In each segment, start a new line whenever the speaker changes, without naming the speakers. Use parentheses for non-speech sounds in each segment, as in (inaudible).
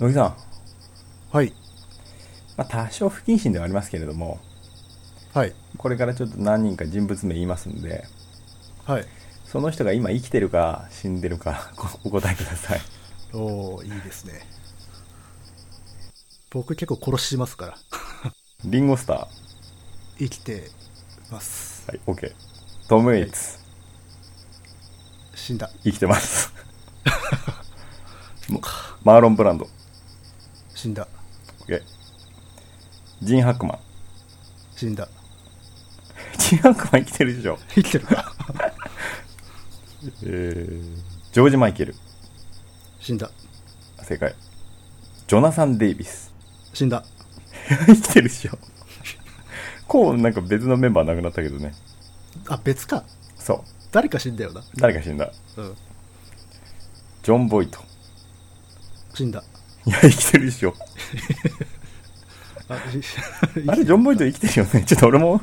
野木さん、
はい。
まあ、多少不謹慎ではありますけれども、
はい。
これからちょっと何人か人物名言いますんで、
はい。
その人が今生きてるか死んでるか (laughs) お答えください。
おー、いいですね。僕結構殺しますから。
リンゴスター。は
生きてます。
い、OK。トム・エイツ。
死んだ。
生きてます。もマーロン・ブランド。
死んだ。
OK。ジン・ハックマン。
死んだ。
ジン・ハックマン生きてるでしょ。
生きてるか
えー、ジョージ・マイケル。
死んだ。
正解。ジョナサン・デイビス。 (laughs)
死んだ。
生きてるでしょ。こう、なんか別のメンバー亡くなったけどね。
あ、別か。
そう。
誰か死んだよな。
誰か死んだ。
うん。
ジョン・ボイト。
死んだ。
いや、生きてるでしょ。
あ、 (laughs)
あれ、ジョン・ボイト生きてるよね。ちょっと俺も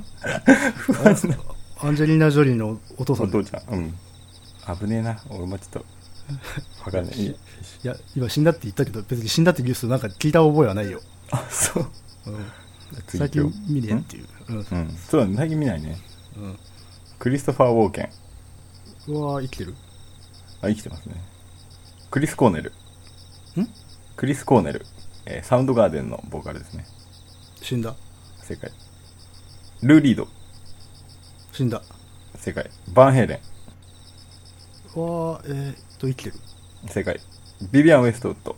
不安になる。
アンジェリーナ・ジョリーのお父さ
お
んだ
父
い
ちゃん。うん。危ねえな。俺もちょっと、わかんない。いや
や、今死んだって言ったけど、別に死んだってニュースなんか聞いた覚えはないよ。
あ、そう。
うん。
次
最近
行くよ
見ねえっていう。うん。
うん。うんそうだね。最近見ないね。
うん。
クリストファー・ウォーケン。
うわー、生きてる。
あ、生きてますね。クリス・コーネル。
ん
クリス・コーネル。えーサウンドガーデンのボーカルですね。
死んだ。
正解。ルー・リード。
死んだ。
正解。バン・ヘイレン。
わー、えーっと、生きてる。
正解。ビビアン・ウェストウッド。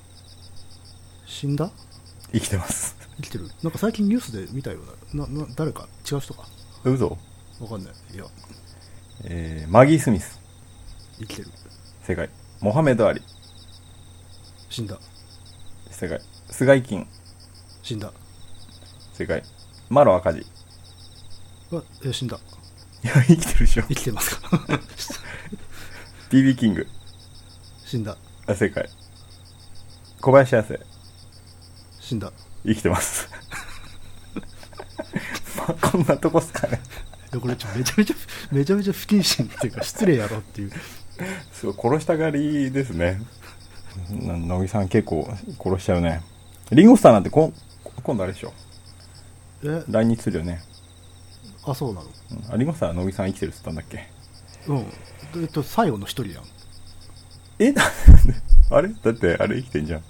死んだ
生きてます。 (laughs)
生きてるなんか最近ニュースで見たようななな誰か違う人か
嘘
わかんないいや
えーマギー・スミス。
生きてる
正解。モハメド・アリ。
死んだ
正解。菅井金。
死んだ
正解。マロ赤字。い
わえ死んだ
や、生きてるでしょ。
生きてますか (laughs)
BB キング。
死んだ
あ、正解。小林亜生。
死んだ
生きてます。 (laughs) まあ、こんなとこっすかね。
いやこれちょめちゃめちゃめちゃめちゃ不謹慎っていうか失礼やろっていう
すごい、殺したがりですね。な乃木さん結構殺しちゃうね。リンゴスターなんてこん、今度あれでしょ。
え
来日するよね。
あそうなの
うん、あリンゴスターは乃木さん生きてるっつったんだっけ
うんえっと最後の一人やん
え (laughs) だあれだってあれ生きてんじゃん。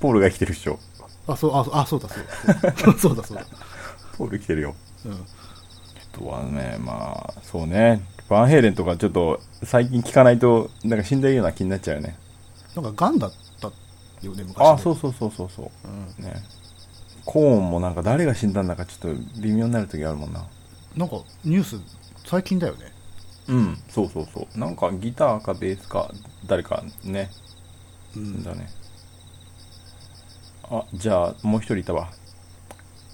ポールが生きてるっしょ。
あそうああそうだそうだ (laughs) そうだそうだ
ポール生きてるよ。
うん
あとはね、まあ、そうね。バンヘイレンとかちょっと最近聞かないと、なんか死んでるような気になっちゃうよね。
なんかガンだったよね昔ね、
あ、そうそうそうそうそう
ん、
う。ね。コーンもなんか誰が死んだんだかちょっと微妙になる時あるもんな。
なんかニュース最近だよね
うん、そうそうそう。なんかギターかベースか誰かね、
うん
だね。あ、じゃあもう一人いたわ。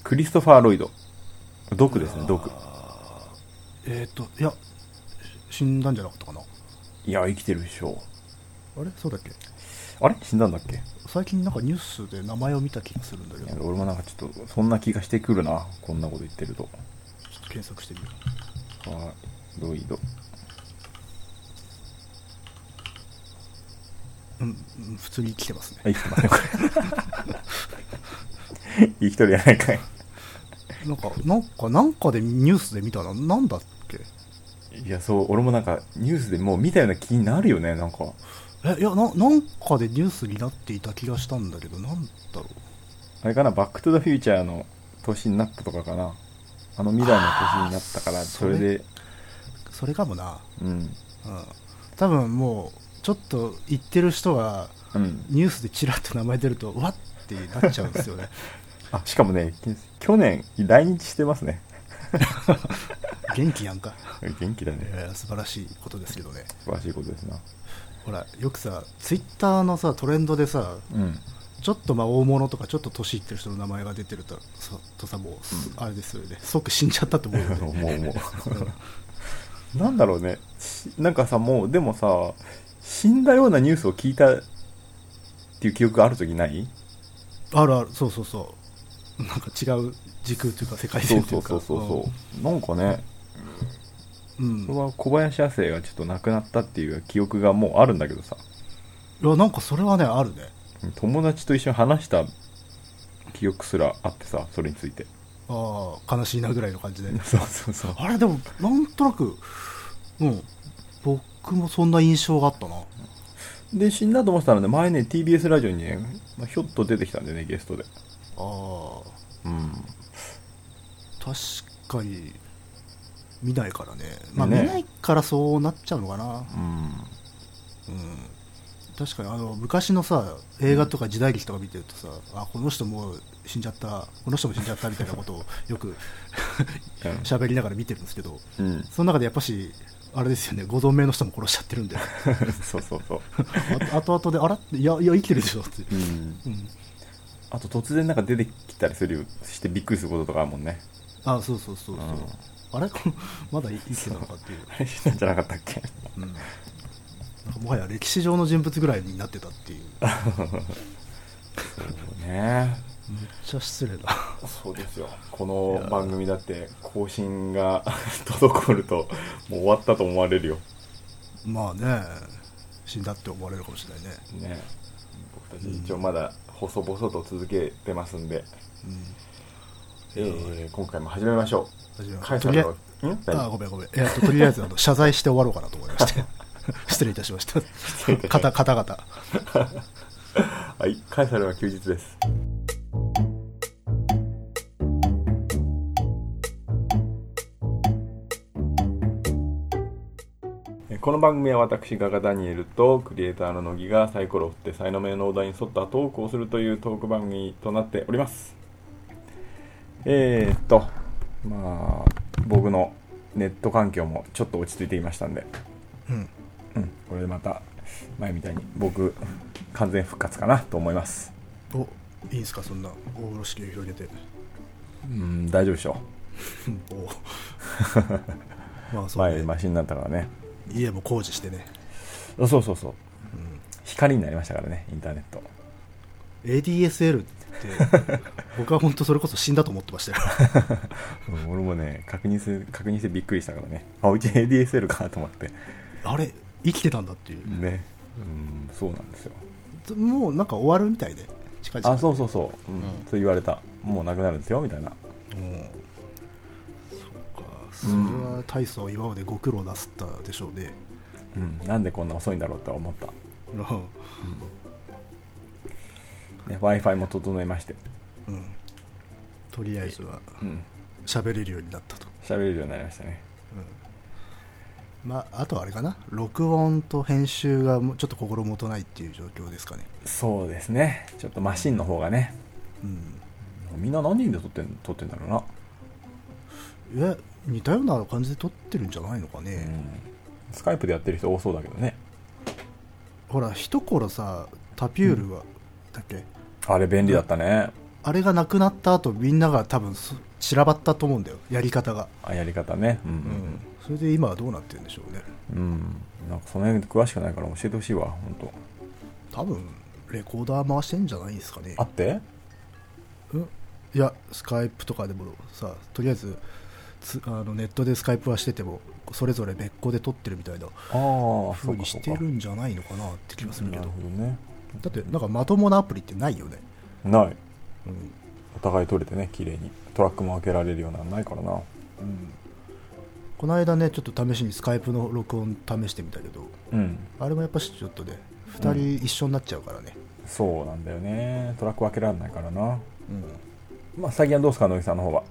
クリストファー・ロイド。毒ですね、毒。
えっ、といやし死んだんじゃなかったかない
や、生きてるでしょ。
あれそうだっけ
あれ死んだんだっけい
最近なんかニュースで名前を見た気がするんだけど
や
ちょ
俺もなんかちょっとそんな気がしてくるな。こんなこと言ってると。
っと検索してみよ
ファー・ロイド。
ううんうん普通に生きてますね
あ、生きてますね、これ。 (laughs) 生きとるやないかい。
なんかなんかなんかでニュースで見たらなんだっけ
いや、そう、俺もなんかニュースでもう見たような気になるよね、なんか。
えいやななんかでニュースになっていた気がしたんだけどなんだろう
あれかな、バックトゥザフューチャーの年になったとかかな。あの未来の年になったから、
あー
それで、
それかもな
うん。
うん多分もうちょっと言ってる人が
うん。
ニュースでちらっと名前出るとわってなっちゃうんですよ (laughs) ね
あ、しかもね、去年、来日してますね。
元気やんか
(laughs) 元気だ
い
ね。
や素晴らしいことですけどね
素晴らしいことですな。
ほらよくさツイッターのさトレンドでさ
(laughs) うん。
ちょっとまあ大物とかちょっと年いってる人の名前が出てるとそとさもう、すあれですよね即死んじゃったと思うよね
もうもう。なんだろうね。しなんかさ、もう、でもさ、死んだようなニュースを聞いたっていう記憶があるときない
(laughs) あるあるそうそうそうなんか違う時空というか世界
そうそうう
線とい
そ
か
うそうそう。なんかね、
うん、
それ
うん
は小林亜生がちょっと亡くなったっていう記憶がもうあるんだけどさ。
いやなんかそれはねあるね
友達と一緒に話した記憶すらあってさそれについて
ああ悲しいなぐらいの感じで
(laughs) そうそうそう
あれでもなんとなくうん僕もそんな印象があったな
で死んだと思ってたらね前ね TBS ラジオにね、まあひょっと出てきたんでねゲストで
ああ
うん
確かに見ないからね、まあ、見
ね
ないからそうなっちゃうのかな、
うん
うん、確かにあの昔のさ映画とか時代劇とか見てるとさ、あこの人もう死んじゃったこの人も死んじゃったみたいなこ
(laughs)
とをよく喋りながら見てるんですけど
うん (laughs)
その中でやっぱしあれですよねご存命の人も殺しちゃって
(laughs)
るんで
そうそうそう、
あと後々であらっていやいや生きてるでしょって、
うん、
うん、
あと突然なんか出てきたりするよしてびっくりすることとかあるもんね
あそうそうそうそう、
うん
あれこ (laughs) のまだ生きてたのかっていう
あれしたんじゃなかったっけ
うんなんかもはや歴史上の人物ぐらいになってたっていうめっ
そうね
ちゃ失礼だ
そうですよこの番組だって更新が (laughs) 滞るともう終わったと思われるよ
まあね死んだって思われるかもしれないね、
ね僕たち一応まだ細々と続けてますんで、
うん
えー今回も始めましょ
始め
う
ましょ
返
う
さ
と
ん
りあえずあ
大丈夫
ごめんごめん、えー、ととりあ
(laughs)
えずあの謝罪して終わろうかなと思いまして失礼いたしました
礼いたしました
方方々
はい返されは休日ですえーこの番組は私画家ダニエルとクリエイターの乃木がサイコロを振って才能名のお題に沿ったトークをするというトーク番組となっておりますえー、っとまあ僕のネット環境もちょっと落ち着いていましたんで
うん
うん、これでまた前みたいに僕完全復活かなと思います
おいいんすかそんな大風呂敷を広げて
うん大丈夫でしょ
うん
(laughs)
おまあ
う
そう
前
ね、
マシになったからね
家も工事してね、
あそうそうそう
うん、
光になりましたからねインターネット
ADSL って僕は本当それこそ死んだと思ってましたよ
うん俺もね確認す確認してびっくりしたからねあうち ADSL かと思って
あれ生きてたんだっていう、
ねうんそうなんですよ
もうなんか終わるみたいで近々
あそうそうそう、うん
ん
そう言われたもうなくなるんですよみたいな
うんそうかそれは大層今までご苦労なすったでしょうね、
うんなんでこんな遅いんだろうとは思った、ね、
うん
w i f i も整えまして
うんとりあえずは
うん
喋れるようになったと、
喋れるようになりましたね
うんまあ、あとはあれかな録音と編集がもうちょっと心もとないっていう状況ですかね、
そうですねちょっとマシンの方がね
うん、
みんな何人で撮ってん撮ってんだろうな、
いや似たような感じで撮ってるんじゃないのかね、
スカイプでやってる人多そうだけどね
ほら一頃さタピュールが、だっけ
あれ便利だったね、
あれがなくなった後みんなが多分そ散らばったと思うんだよやり方が、
あやり方ねう
うん
ん
それで今はどうなってるんでしょうね
うん、うん、なんかその辺詳しくないから教えてほしいわ本当
多分レコーダー回してんじゃないですかね
あって
うんいやスカイプとかでもさとりあえずつあのネットでスカイプはしててもそれぞれ別個で撮ってるみたいな
ああそ
風
うか
に
そ
し
う
て
か
るんじゃないのかなって気がするけ
な
ど
るほどね
だってなんかまともなアプリってないよね、
ない
うん
お互い撮れてね綺麗にトラックも開けられるようなのないからな
うんこの間ねちょっと試しにスカイプの録音試してみたけど
うん
あれもやっぱしちょっとね2人一緒になっちゃうからね
そうなんだよねトラック開けられないからな
うん、
まあ最近はどうですか野木さんの方は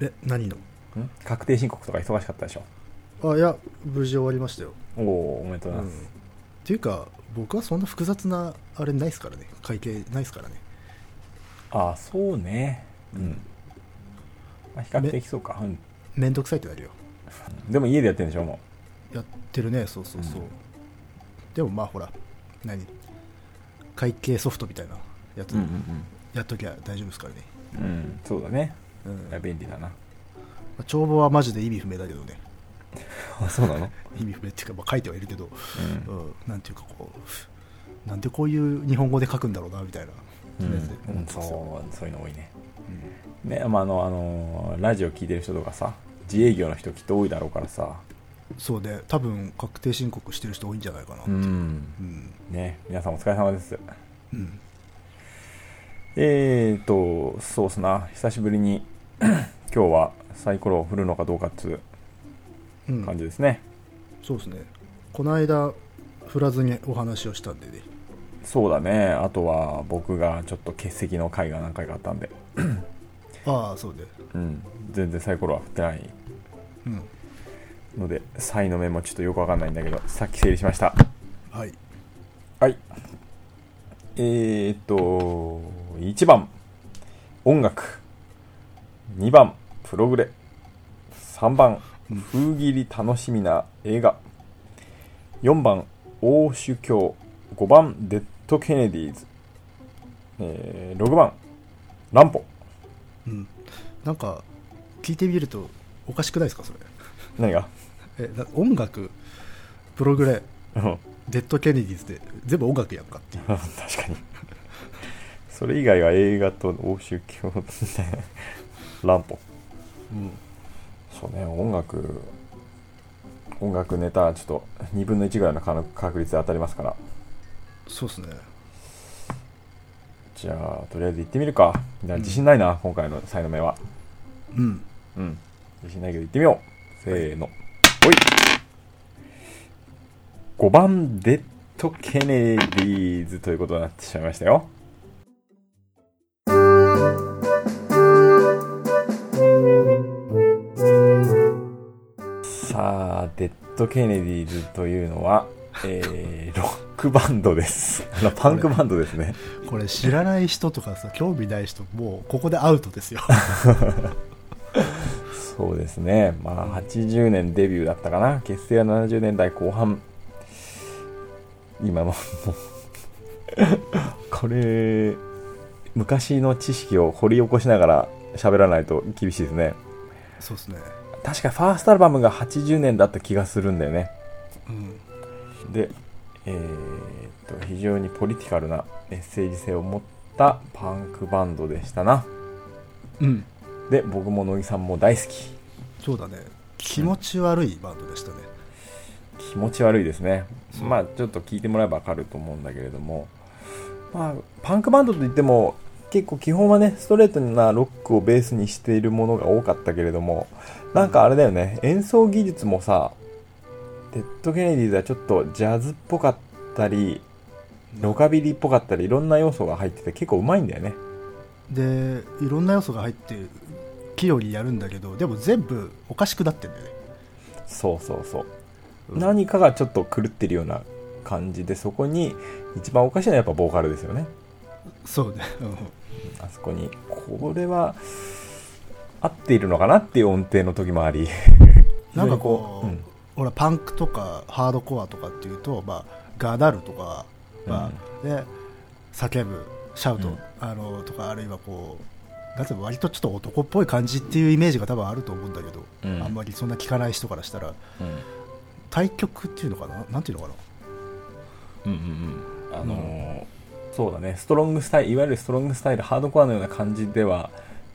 え何の
ん確定申告とか忙しかったでしょ
あいや無事終わりましたよ、
おおおめでとうございます、
っていうか僕はそんな複雑なあれないですからね会計ないですからね
ああそうねうん、まあ、比較的そうか、うん、
めんどくさいってなるよ
でも家でやってるんでしょも
やってるねそうそうそう、
うん
でもまあほら何会計ソフトみたいなやつ、
う
やっときゃ大丈夫ですからね、
うんうんそうだね
うん
いや便利だな
まあ帳簿はマジで意味不明だけどね
あ (laughs) そうなの
意味不明っていうか、まあ、書いてはいるけど、
う
うん、なんていうかこうなんでこういう日本語で書くんだろうなみたいな、
う
と
ん
りあえず
う
思っ
ん、
てますよ
そうそういうの多いね
うん
ねまああの、あのーラジオ聞いてる人とかさ自営業の人きっと多いだろうからさ
そうね多分確定申告してる人多いんじゃないかな、
うん
うん
ね皆さんお疲れ様です
うん
えーと、そうっすな、久しぶりに (clears throat) 今日はサイコロを振るのかどうかっつ
う
うん感じですね。
そうですねこの間振らずにお話をしたんでね
そうだね、あとは僕がちょっと欠席の回が何回かあったんで、
ああそうで
うん、全然サイコロは振ってない
うん
ので、サイの目もちょっとよくわかんないんだけど、さっき整理しました。
はい
はい。えー、っと、1番、音楽。2番、プログレ。3番、風切り楽しみな映画。4番、欧主教。5番、デッド・ケネディーズ。えー6番、乱歩。
うんなんか聞いてみるとおかしくないですかそれ
何が (laughs)
えな音楽プログレ
うん
デッド・ケネディーズで全部音楽やんかっていう
(laughs) 確かに。それ以外は映画と欧州教で乱歩。そうね、音楽、音楽ネタ、ちょっと2分の1ぐらいの可能確率で当たりますから。
そうですね
じゃあ、とりあえず行ってみるか。いや、自信ないな、今回の才能目は。
うん
うん。自信ないけど行ってみよう。せーの。おい !5 番、デッド・ケネディーズということになってしまいましたよ。さあ、デッド・ケネディーズというのは、えー、ロックバンドです。あのパンクバンドですね。
これ知らない人とかさ興味ない人もうここでアウト (laughs) ですよ
そうですね、まあ、80年デビューだったかな、結成は70年代後半、今も、もうこれ、昔の知識を掘り起こしながら喋らないと厳しいですね。
そうですね
確かファーストアルバムが80年だった気がするんだよね。
うん
で、えーっと、非常にポリティカルなメッセージ性を持ったパンクバンドでしたな。
うん
で、僕も乃木さんも大好き。
そうだね気持ち悪いバンドでしたね
気持ち悪いですね
そう
まあちょっと聞いてもらえばわかると思うんだけれどもまあパンクバンドといっても結構基本はねストレートなロックをベースにしているものが多かったけれどもなんかあれだよね演奏技術もさデッド・ケネディーズはちょっとジャズっぽかったりロカビリーっぽかったりいろんな要素が入ってて結構うまいんだよね
でいろんな要素が入って器用にやるんだけどでも全部おかしくなってんだよね
そうそうそう
うん
何かがちょっと狂ってるような感じでそこに一番おかしいのはやっぱボーカルですよね
そうねうん
あそこに、これは、合っているのかなっていう音程の時もあり。
なんかこ
非
う、
常にうん
ほらパンクとかハードコアとかっていうと、まあ、ガダルとか、まあね叫ぶシャウト、
うん
あのとかあるいはこうなんていうの割とちょっと男っぽい感じっていうイメージが多分あると思うんだけど、
うん
あんまりそんな聞かない人からしたら対局っていうのかななんていうのかな
うんうんうんあのーそうだね、ストロングスタイル、いわゆるストロングスタイル、ハードコアのような感じでは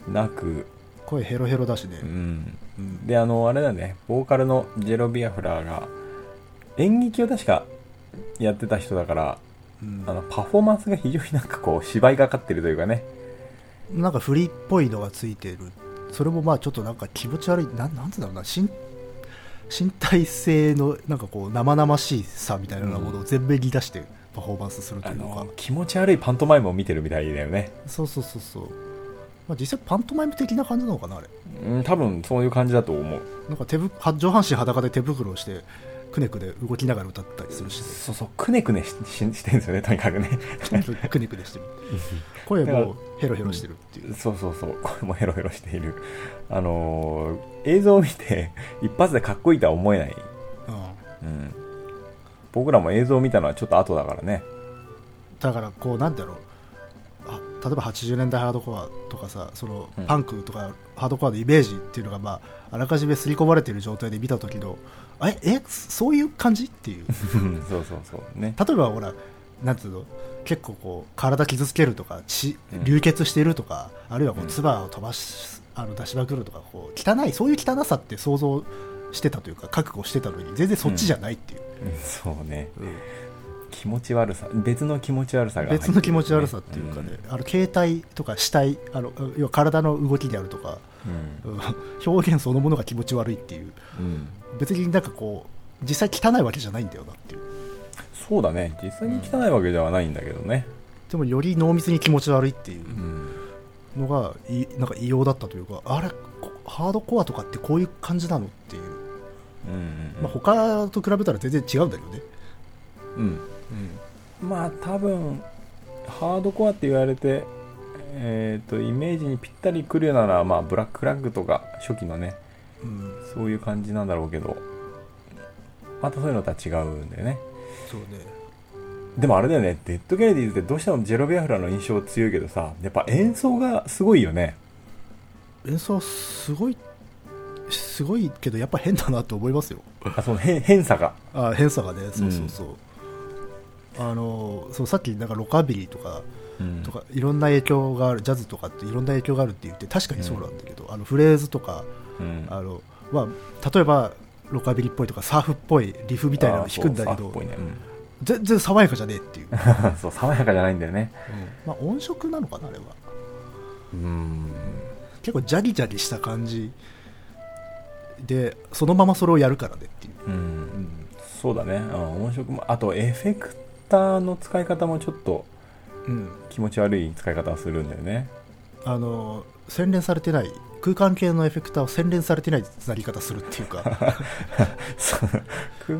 なく、
声ヘロヘロだしね、
うん
うん
で、あの、あれだね、ボーカルのジェロ・ビアフラーが、演劇を確かやってた人だから、
うん
あの、パフォーマンスが非常になんかこう、芝居がかってるというかね、
なんか振りっぽいのがついてるそれもまあちょっとなんか気持ち悪いなんなんつうんだろうな身身体性のなんかこう生々しさみたいなものを全面に出してパフォーマンスすると
あ
いうのか、
の、気持ち悪いパントマイムを見てるみたいだよね。
そうそうそうそう、まあ、実際パントマイム的な感じなのかなあれ
うん、多分そういう感じだと思う。
なんか手ぶは上半身裸で手袋をしてくねくね動きながら歌ったりするし、
そうそう、くねくねしししてるんですよね、とにかくね。
(laughs) くねくねしてる声もヘロヘロしてるっていう、
そうそうそう、これもヘロヘロしている。あのー映像を見て、一発でかっこいいとは思えない。
うん、
うん。僕らも映像を見たのはちょっと後だからね。 (laughs)
だからこうなんだろうあ例えば80年代ハードコアとかさその
うん
パンクとかハードコアのイメージっていうのが、まあ、あらかじめ刷り込まれている状態で見た時のあええそういう感じっていう
うんそうそうそう。ね。
例えばほらなんつうの結構こう体傷つけるとか血
うん
流血してるとか、あるいはこう
うん
唾を飛ばしあの出しまくるとかこう汚いそういう汚さって想像してたというか覚悟してたのに全然そっちじゃないっていう、
うんそうね。
うん
気持ち悪さ別の気持ち悪さが入って
別
る
の気持ち悪さっていうかね、あの携帯とか死体あの要は体の動きであるとか、
うん
うん (laughs) 表現そのものが気持ち悪いっていう
うん
別になんかこう実際汚いわけじゃないんだよなっていう
そうだね実際に汚いわけではないんだけどね、
でもより濃密に気持ち悪いっていう
うん
のがいなんか異様だったというかあれこハードコアとかってこういう感じなのっていう、
うんうんうん
まあ、他と比べたら全然違うんだけどね、
うんまあ多分ハードコアって言われてえっ、とイメージにぴったりくるならまあブラックフラッグとか初期のね
うん、
そういう感じなんだろうけどまたそういうのとは違うんだよね
そうね
でもあれだよねデッド・ケネディーズってどうしてもジェロ・ビアフラの印象強いけどさやっぱ演奏がすごいよね
演奏すごいすごいけどやっぱ変だなと思いますよ
あその変変さが
あ変さがねそうそうそう、あのそうさっきなんかロカビリーとか
うん
とかいろんな影響があるジャズとかっていろんな影響があるって言って確かにそうなんだけど、あのフレーズとか
うん
あの、まあ、例えばロカビリーっぽいとかサーフっぽいリフみたいなのを弾くんだけ
あそうサーフっ
ど
ぽいね、
全然爽やかじゃねえっていう、
うん (laughs) そう爽やかじゃないんだよね
まあ、音色なのかなあれは
うん
結構ジャリジャリした感じでそのままそれをやるからねっていう
うんそうだね、うん、音色もあとエフェクターの使い方もちょっと
うん
気持ち悪い使い方をするんだよね (laughs)
あの洗練されてない空間系のエフェクターを洗練されてないつなぎ方するっていうか、
そう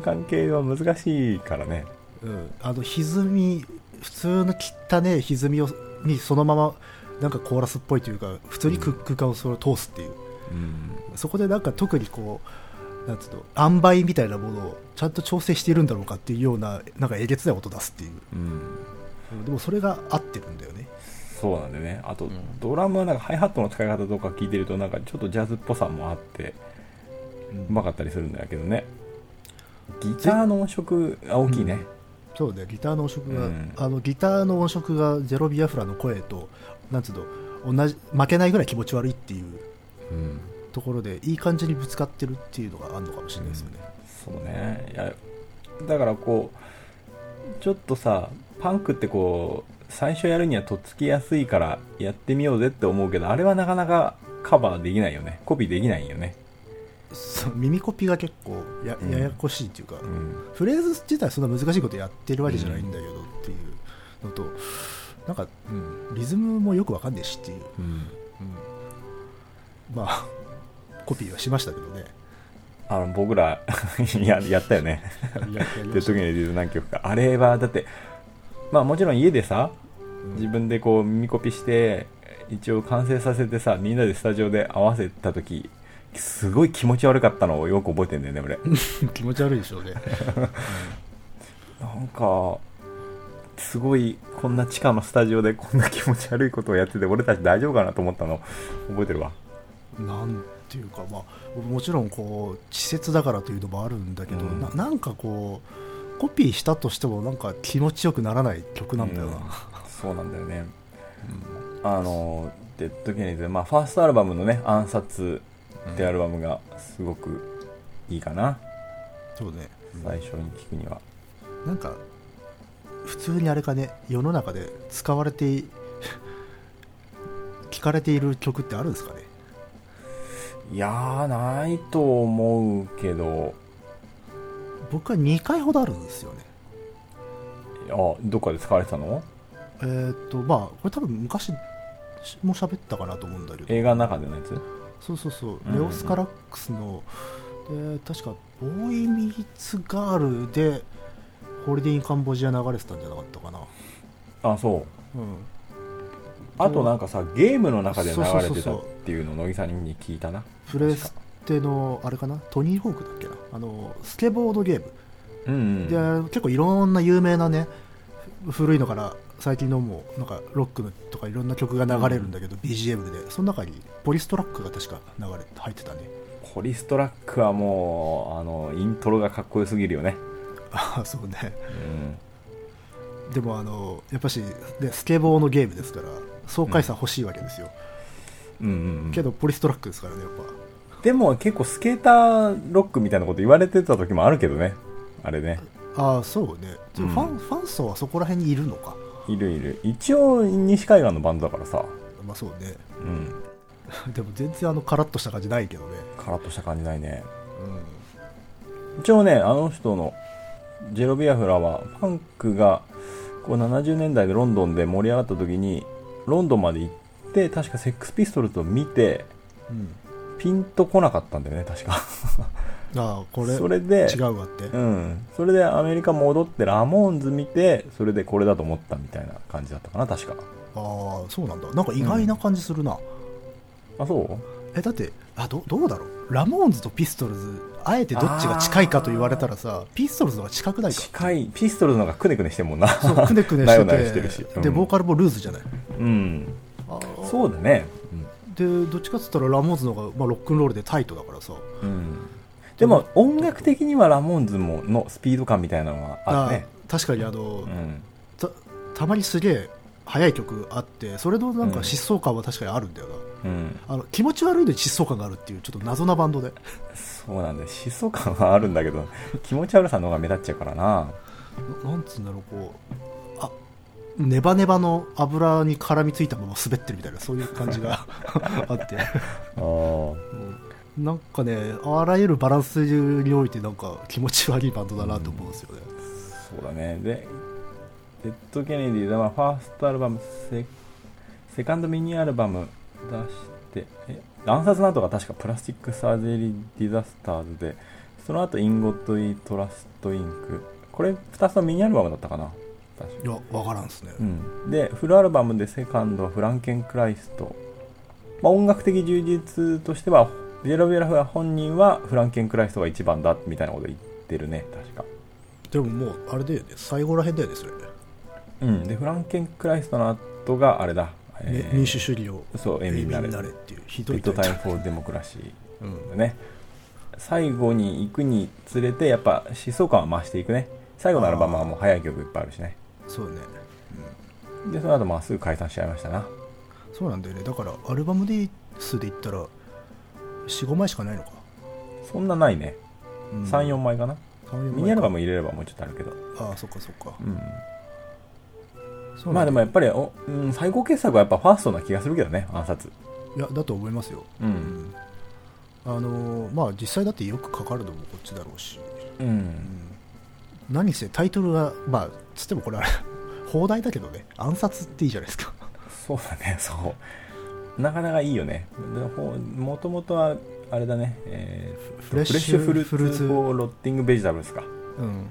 空間系は難しいからね
うん、あの歪み普通の汚ね歪みをにそのままなんかコーラスっぽいというか普通に空,、空間をそれを通すっていう
うん
そこでなんか特にこうなんつうの塩梅みたいなものをちゃんと調整しているんだろうかっていうようななんかえげつない音出すっていう
うん
うんでもそれが合ってるんだよね
そうなんだよねあと、ドラムはなんかハイハットの使い方とか聞いてるとなんかちょっとジャズっぽさもあってうまかったりするんだけどねギターの音色が大きいね、
そうねギターの音色が、
うん
あのギターの音色がゼロビアフラの声となんつうの同じ負けないぐらい気持ち悪いっていう
うん
ところでいい感じにぶつかってるっていうのがあるのかもしれないですよね、
そうねいやだからこうちょっとさパンクってこう最初やるにはとっつきやすいからやってみようぜって思うけどあれはなかなかカバーできないよねコピーできないよね
そう耳コピが結構や
うん
ややこしいっていうか、
うん
フレーズ自体そんな難しいことやってるわけじゃないんだけどっていうのとなんか、うんリズムもよくわかんねえしっていうまあコピーはしましたけど
(laughs)
ね
あの僕ら (laughs) ややったよねって時にリズム何曲かあれはだってまあもちろん家でさ自分でこう耳コピして一応完成させてさみんなでスタジオで合わせた時すごい気持ち悪かったのをよく覚えてんだよね俺
気持ち悪いでしょうね
なんかすごいこんな地下のスタジオでこんな気持ち悪いことをやってて俺たち大丈夫かなと思ったの覚えてるわ
なんていうか、まあ、もちろんこう稚拙だからというのもあるんだけど、
うん
ななんかこうコピーしたとしてもなんか気持ちよくならない曲なんだよな、
うんそうなんだよね、あのデッド・ケネディズ、まあ、ファーストアルバムのね「暗殺」ってアルバムがすごくいいかな、
そうね
最初に聞くには
なんか普通にあれかね世の中で使われてい (laughs) 聞かれている曲ってあるんですかね
いやーないと思うけど
僕は2回ほどあるんですよね
あどっかで使われてたの
えーっ、とまあこれ多分昔も喋ったかなと思うんだけど
映画の中でのやつ
そうそうそう、
うん
レオスカラックスの、で確かボーイミーツガールでホールディンカンボジア流れてたんじゃなかったかな、
あそう
うん、
あとなんかさゲームの中で流
そ
れ
うそ
て
うそ
た
う
っ
そう
ていうのを乃木さんに聞いたな
プレステのあれかなトニーホークだっけなあのスケボードゲーム、
うんうん
で結構いろんな有名なねふ古いのから最近のもなんかロックのとかいろんな曲が流れるんだけど、BGM でその中にポリストラックが確か流れ入ってたね
ポリストラックはもうあのイントロがかっこよすぎるよね
ああそうね
うん
でもあのやっぱし、ね、スケボーのゲームですから爽快さ欲しいわけですよ、
うんうんうん
けどポリストラックですからねやっ
でも結構スケーターロックみたいなこと言われてた時もあるけどねあれね
ぱああそうねでもファン、
うん
ファン層はそこら辺にいるのか
いるいる一応西海岸のバンドだからさ
まあそうね (laughs)
うん
でも全然あのカラッとした感じないけどね
カラッとした感じないね
うん
一応ねあの人のジェロビアフラはパンクがこう70年代でロンドンで盛り上がった時にロンドンまで行って確かセックスピストルズを見て
うん
ピンとこなかったんだよね確か
ああこれ
(laughs) それで
違うわって
うんそれでアメリカ戻ってラモーンズ見てそれでこれだと思ったみたいな感じだったかな確か
ああそうなんだなんか意外な感じするな、
あそう
えだってあどどうだろうラモーンズとピストルズあえてどっちが近いかと言われたらさピストルズの方が近
(laughs)
くないか
近いピストルズの方がくねくねしてるもんな
そうく
(laughs)
ねくね
な
し
よ
て
な
て
よしてるしうん
でボーカルもルーズじゃない
うん
あう
そうだね
でどっちかっつったらラモーンズの方が、まあ、ロックンロールでタイトだからさ
うん、でも音楽的にはラモーンズものスピード感みたいなのはあるね
あ確かにあの、
うん
たたまにすげえ速い曲あってそれのなんか疾走感は確かにあるんだよな、
うん、
あの気持ち悪いのに疾走感があるっていうちょっと謎なバンドで
そうなんだよ疾走感はあるんだけど気持ち悪さの方が目立っちゃうからな
ななんつうんだろうこうあネバネバの油に絡みついたまま滑ってるみたいなそういう感
(laughs)
じがあって
あー
うんなんかねあらゆるバランスにおいてなんか気持ち悪いバンドだなと思うんですよね、
そうだねでデッド・ケネディだからファーストアルバムセセカンドミニアルバム出してえ暗殺なんとか確かプラスティック・サージェリー・ディザスターズでその後インゴット・イ・トラスト・インクこれ2つのミニアルバムだったかな確か
いや分からんですね、
うん、でフルアルバムでセカンドは「フランケン・クライスト」まあ、音楽的充実としてはジェロ・ビラフは本人はフランケン・クライストが一番だみたいなこと言ってるね確か
でももうあれだよね最後らへんだよねそれね、
うんでフランケン・クライストの後があれだ、えー
民主主義を
そう永
永遠
遠
に
にな
なれ
れ
っていうひど
ビッ
い
ト・タイム・
ト
フォー・デモクラシー
ルうん
だね最後に行くにつれてやっぱ疾走感は増していくね最後のアルバムはもう早い曲いっぱいあるしね
そうね
でその後まあすぐ解散しちゃいましたな
そうなんだよねだからアルバムで数で言ったら45枚しかないのか、
そんなないね
うん
34枚かな、
三四枚か
ミニアルバム入れればもうちょっとあるけど
ああそっかそっか
う
そ
ん、ま
うな
あ
んだ
で
よ
もやっぱりお、うん、最高傑作はやっぱファーストな気がするけどね暗殺
いやだと思いますよ
うん
あのーまあ実際だってよくかかるのもこっちだろうし、
う
うんん、何せタイトルがまあつってもこれあれ放題だけどね暗殺っていいじゃないですか
そうだね (laughs) そうなかなかいいよねでほもともとはあれだね、えー
フレッシュ
フレッシュフルーツ・
フルーツ
フォー・ロッティング・ベジタブルですか
うん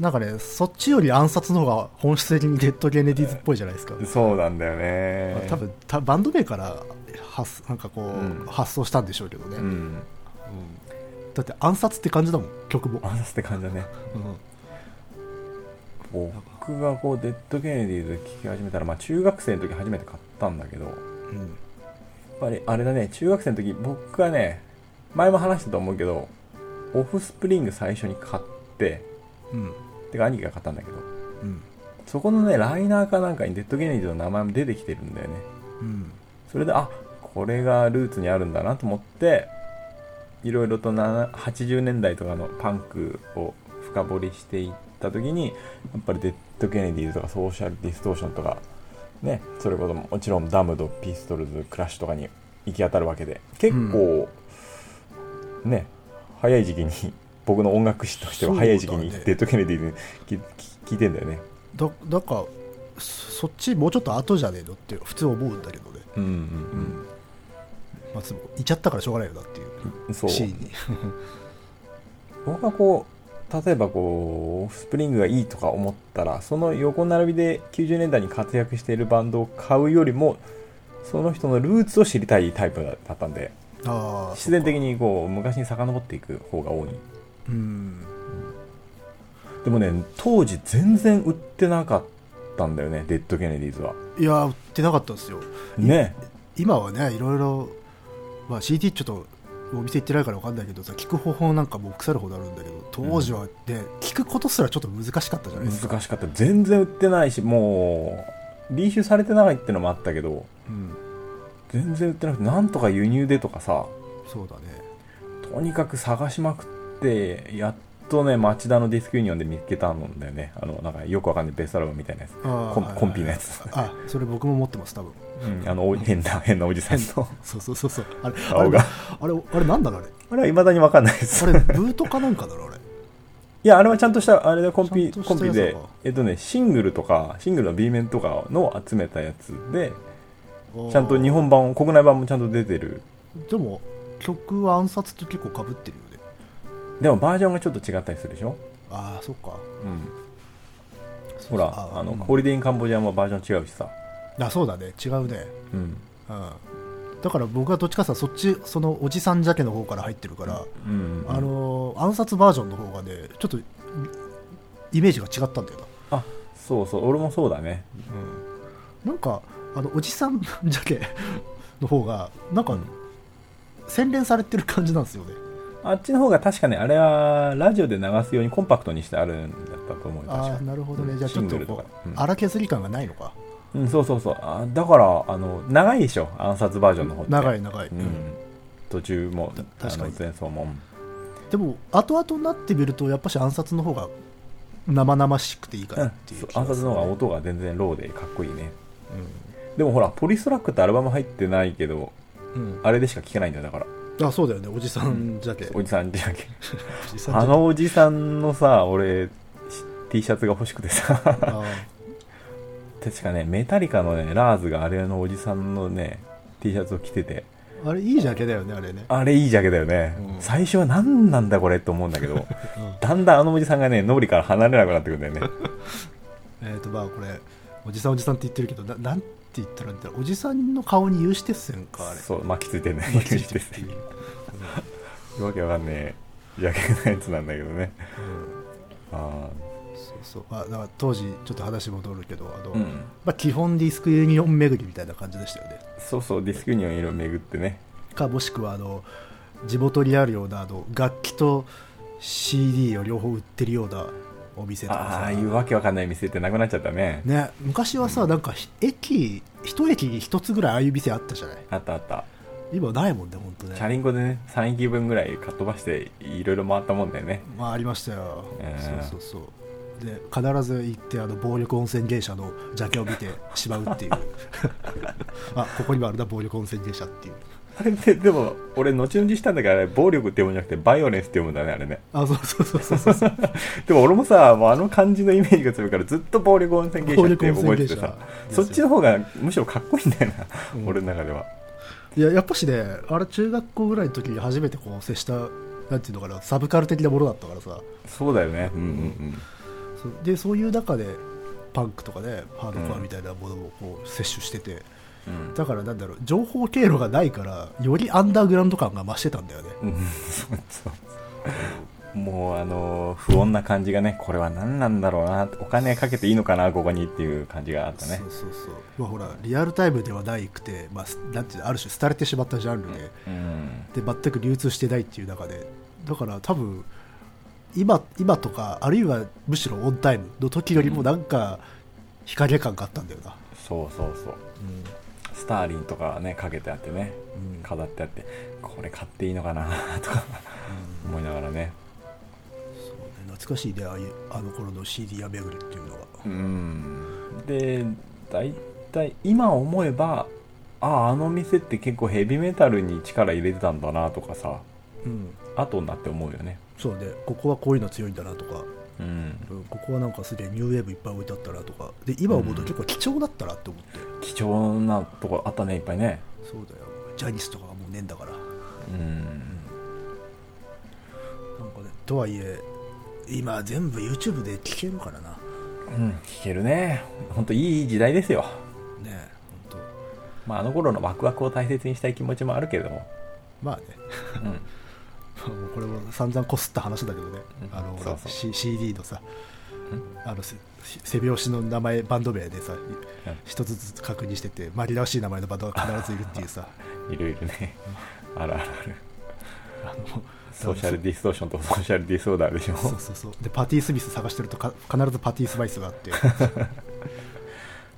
なんかねそっちより暗殺の方が本質的にデッド・ゲネディーズっぽいじゃないですか、
そうなんだよね
まあ多分たバンド名から発なんかこう、
うん
発想したんでしょうけどね、
うん
だって暗殺って感じだもん曲も、
暗殺って感じだね
うん
僕がこうデッド・ケネディーズ聴き始めたら、まあ、中学生の時初めて買ったんだけどやっ
うん
ぱりあれだね中学生の時僕はね前も話したと思うけどオフスプリング最初に買って
うん
てか兄貴が買ったんだけど
うん
そこのねライナーかなんかにデッド・ゲネディの名前も出てきてるんだよね
うん
それであこれがルーツにあるんだなと思っていろいろとな80年代とかのパンクを深掘りしていった時にやっぱりデッド・ゲネディとかソーシャル・ディストーションとかねそれこそもちろんダムド・ピストルズ・クラッシュとかに行き当たるわけで結構、ね早い時期に (laughs) 僕の音楽史としては早い時期に
そうだね
デッド・ゲネディ聞聞いてんだよね
だだからそそっちもうちょっと後じゃねえのって普通思うんだけどね、
うんうん
まあ、でもいちゃったからしょうがないよなってい
うんそうう
シーンに
僕はこう例えばこうオフスプリングがいいとか思ったらその横並びで90年代に活躍しているバンドを買うよりもその人のルーツを知りたいタイプだったんで
ああ
自然的
に
にこう昔に遡っていく方が多い
うん
でもね当時全然売ってなかったんだよねデッド・ケネディーズはい
や売ってなかったんですよ
ね
今はねいろいろ、まあ、CD ちょっとお店行ってないから分かんないけどさ聞く方法なんかもう腐るほどあるんだけど当時はね、聞くことすらちょっと難しかったじゃないですか、
難しかった全然売ってないしもうリーシュされてないってのもあったけど
うん、
全然売ってなくてなんとか輸入でとかさ
そうだね
とにかく探しまくってやっとね、町田のディスクユニオンで見つけたんだよね。あの、なんかよくわかんないベストアルバムみたいなやつ。
あー
コン
はいはい
コンピのやつ
あそれ僕も持ってます多分
うん、あの、お変な、変なおじさんの。
そうそうそうそうあれあ
顔
れ
が
あれあれなんだろうあれ
あれは未だにわかんないです。
あれブートかなんかだろうあれ
いや、あれはちゃんとした、あれでコンピ、
ちゃんと
コン
したや
ピ
つだ
で、えっとね、シングルとか、シングルの B 面とかのを集めたやつで、
お
(laughs)
ー
ちゃんと日本版、国内版もちゃんと出てる。
でも曲は暗殺と結構かぶってるよね
でもバージョンがちょっと違ったりするでしょ
ああそっか
うん。ほら、
あ
あの、
うん
ホリデインカンボジアもバージョン違うしさ。
あそうだね違うね
うん。
うんだから僕はどっちかさそっちそのおじさんジャケの方から入ってるから、
うん。
あ、のー暗殺バージョンの方がねちょっとイメージが違ったんだよな
あ、そうそう、俺もそうだね。
なんかあのおじさんジャケの方がなんか、
うん
洗練されてる感じなんですよね
あっちの方が確かね、あれはラジオで流すようにコンパクトにしてあるんだったと思うよ、確
あ
か
あ。なるほどね、
うん
じゃあちょっ
シン
と
グルと
こ
か
う、
うん
荒削り感がないのか
うん、そうそうそう。あだから、あの、長いでしょ、暗殺バージョンの方って。
長い長い、
う
うん
ん、途中も
た
あ
確か
の
に
前奏も
でも後々になってみるとやっぱし暗殺の方が生々しくていいか
う
なっ
ん
ていう
そう
気が
暗
する
殺の方が音が全然ローでかっこいいねでもほらポリストラックってアルバム入ってないけど
うん
あれでしか聴けないんだよだから
あそうだよねおじさんジャケ、
おじさんじゃんけ
おじさんジャ
あ
ケ
のおじさんのさ俺し T シャツが欲しくてさ (laughs)
あー
確かねメタリカのねラーズがあれのおじさんのね T シャツを着てて
あれいいジャケだよねあれね
あれいいジャケだよね、
うん
最初は何なんだこれって思うんだけど
うん
だんだんあのおじさんがね脳裏から離れなくなってくるんだよね
えっ、とまあこれおじさんおじさんって言ってるけどななんて言ったらいいんだろうおじさんの顔に有刺鉄線かあれ
そう巻きついてね
まあついてる
(laughs)
っていう、
わけわかんねえジャケのやつなんだけどね
うん
あ
そうそうあだから当時ちょっと話戻るけどあの、
あうん
まあ、基本ディスクユニオン巡りみたいな感じでしたよね
そうそうディスクユニオンいろいろ巡ってね
かもしくはあの地元にあるようなあの楽器と CD を両方売ってるようなお店とか
あ
さ
あいうわけわかんない店ってなくなっちゃったね
ね、昔はさなんかひ駅一駅に一つぐらいああいう店あったじゃない
あったあった
今ないもんね本当
チャ
ね
リンコでね3駅分ぐらいかっ飛ばしていろいろ回ったもんだよね
まあありましたよ、
えー
そうそうそうで必ず行ってあの暴力温泉芸者のジャケを見てしまう
(laughs)
っていうあここにもあるな暴力温泉芸者っていう
あれってでも俺後々したんだけどあれ暴力って読むんじゃなくてバイオレンスって読むんだねあれね
あそうそうそうそうそうそう
(laughs) でも俺もさもうあの漢字のイメージが強いからずっと暴力温泉芸者って覚えてて
暴力
さ
温泉芸者
そっちの方がむしろかっこいいんだよな、
うん
俺の中ではい
ややっぱしねあれ中学校ぐらいの時に初めてこう接したなんていうのかなサブカル的なものだったからさ
そうだよねうんうんうん
そうでそういう中でパンクとかねハードコアみたいなものをこう摂取してて、
うん
だからなんだろう情報経路がないからよりアンダーグラウンド感が増してたんだよね
うんそうそうもうあの不穏な感じがねこれは何なんだろうなお金かけていいのかなここにっていう感じがあったね
そうそうそうまあほらリアルタイムではないくて、まあ、すなんていうのある種廃れてしまったジャンルで,、
うん
で全く流通してないっていう中でだから多分今今とかあるいはむしろオンタイムの時よりもなんか日陰感があったんだよな、
そうそうそうスターリンとかねかけてあってね
うん
飾ってあってこれ買っていいのかなとか思いながらね
そうね懐かしいねああいうあの頃の CD や巡りっていうのは
うんで大体今思えばあああの店って結構ヘビメタルに力入れてたんだなとかさ
うん
後になって思うよね
そうねここはこういうの強いんだなとか、
うん
うんここはなんかすげえニューウェーブいっぱい置いてあったなとかで今思うと結構貴重だったなって思って、
貴重なとこあったねいっぱいね
そうだよジャニスとかはもうねえんだからな
うん
んかねとはいえ今全部 YouTube で聴けるからなね
うん、聞けるね本当いい時代ですよ、
えほんと
まあ、あの頃のワクワクを大切にしたい気持ちもあるけれども、
まあね
うん、
もうこれも散々こすった話だけどね、
うん
あの
そうそう
C- CD のさあのせ背拍子の名前バンド名でさ一つずつ確認してて紛らわしい名前のバンドが必ずいるっていうさ
いろいろね (laughs) あるある (laughs) ある
あの
ソーシャルディストーションとソーシャルディスオーダーでしょ
そうそうそうでパティ・スミス探してるとか必ずパティ・スマイスがあって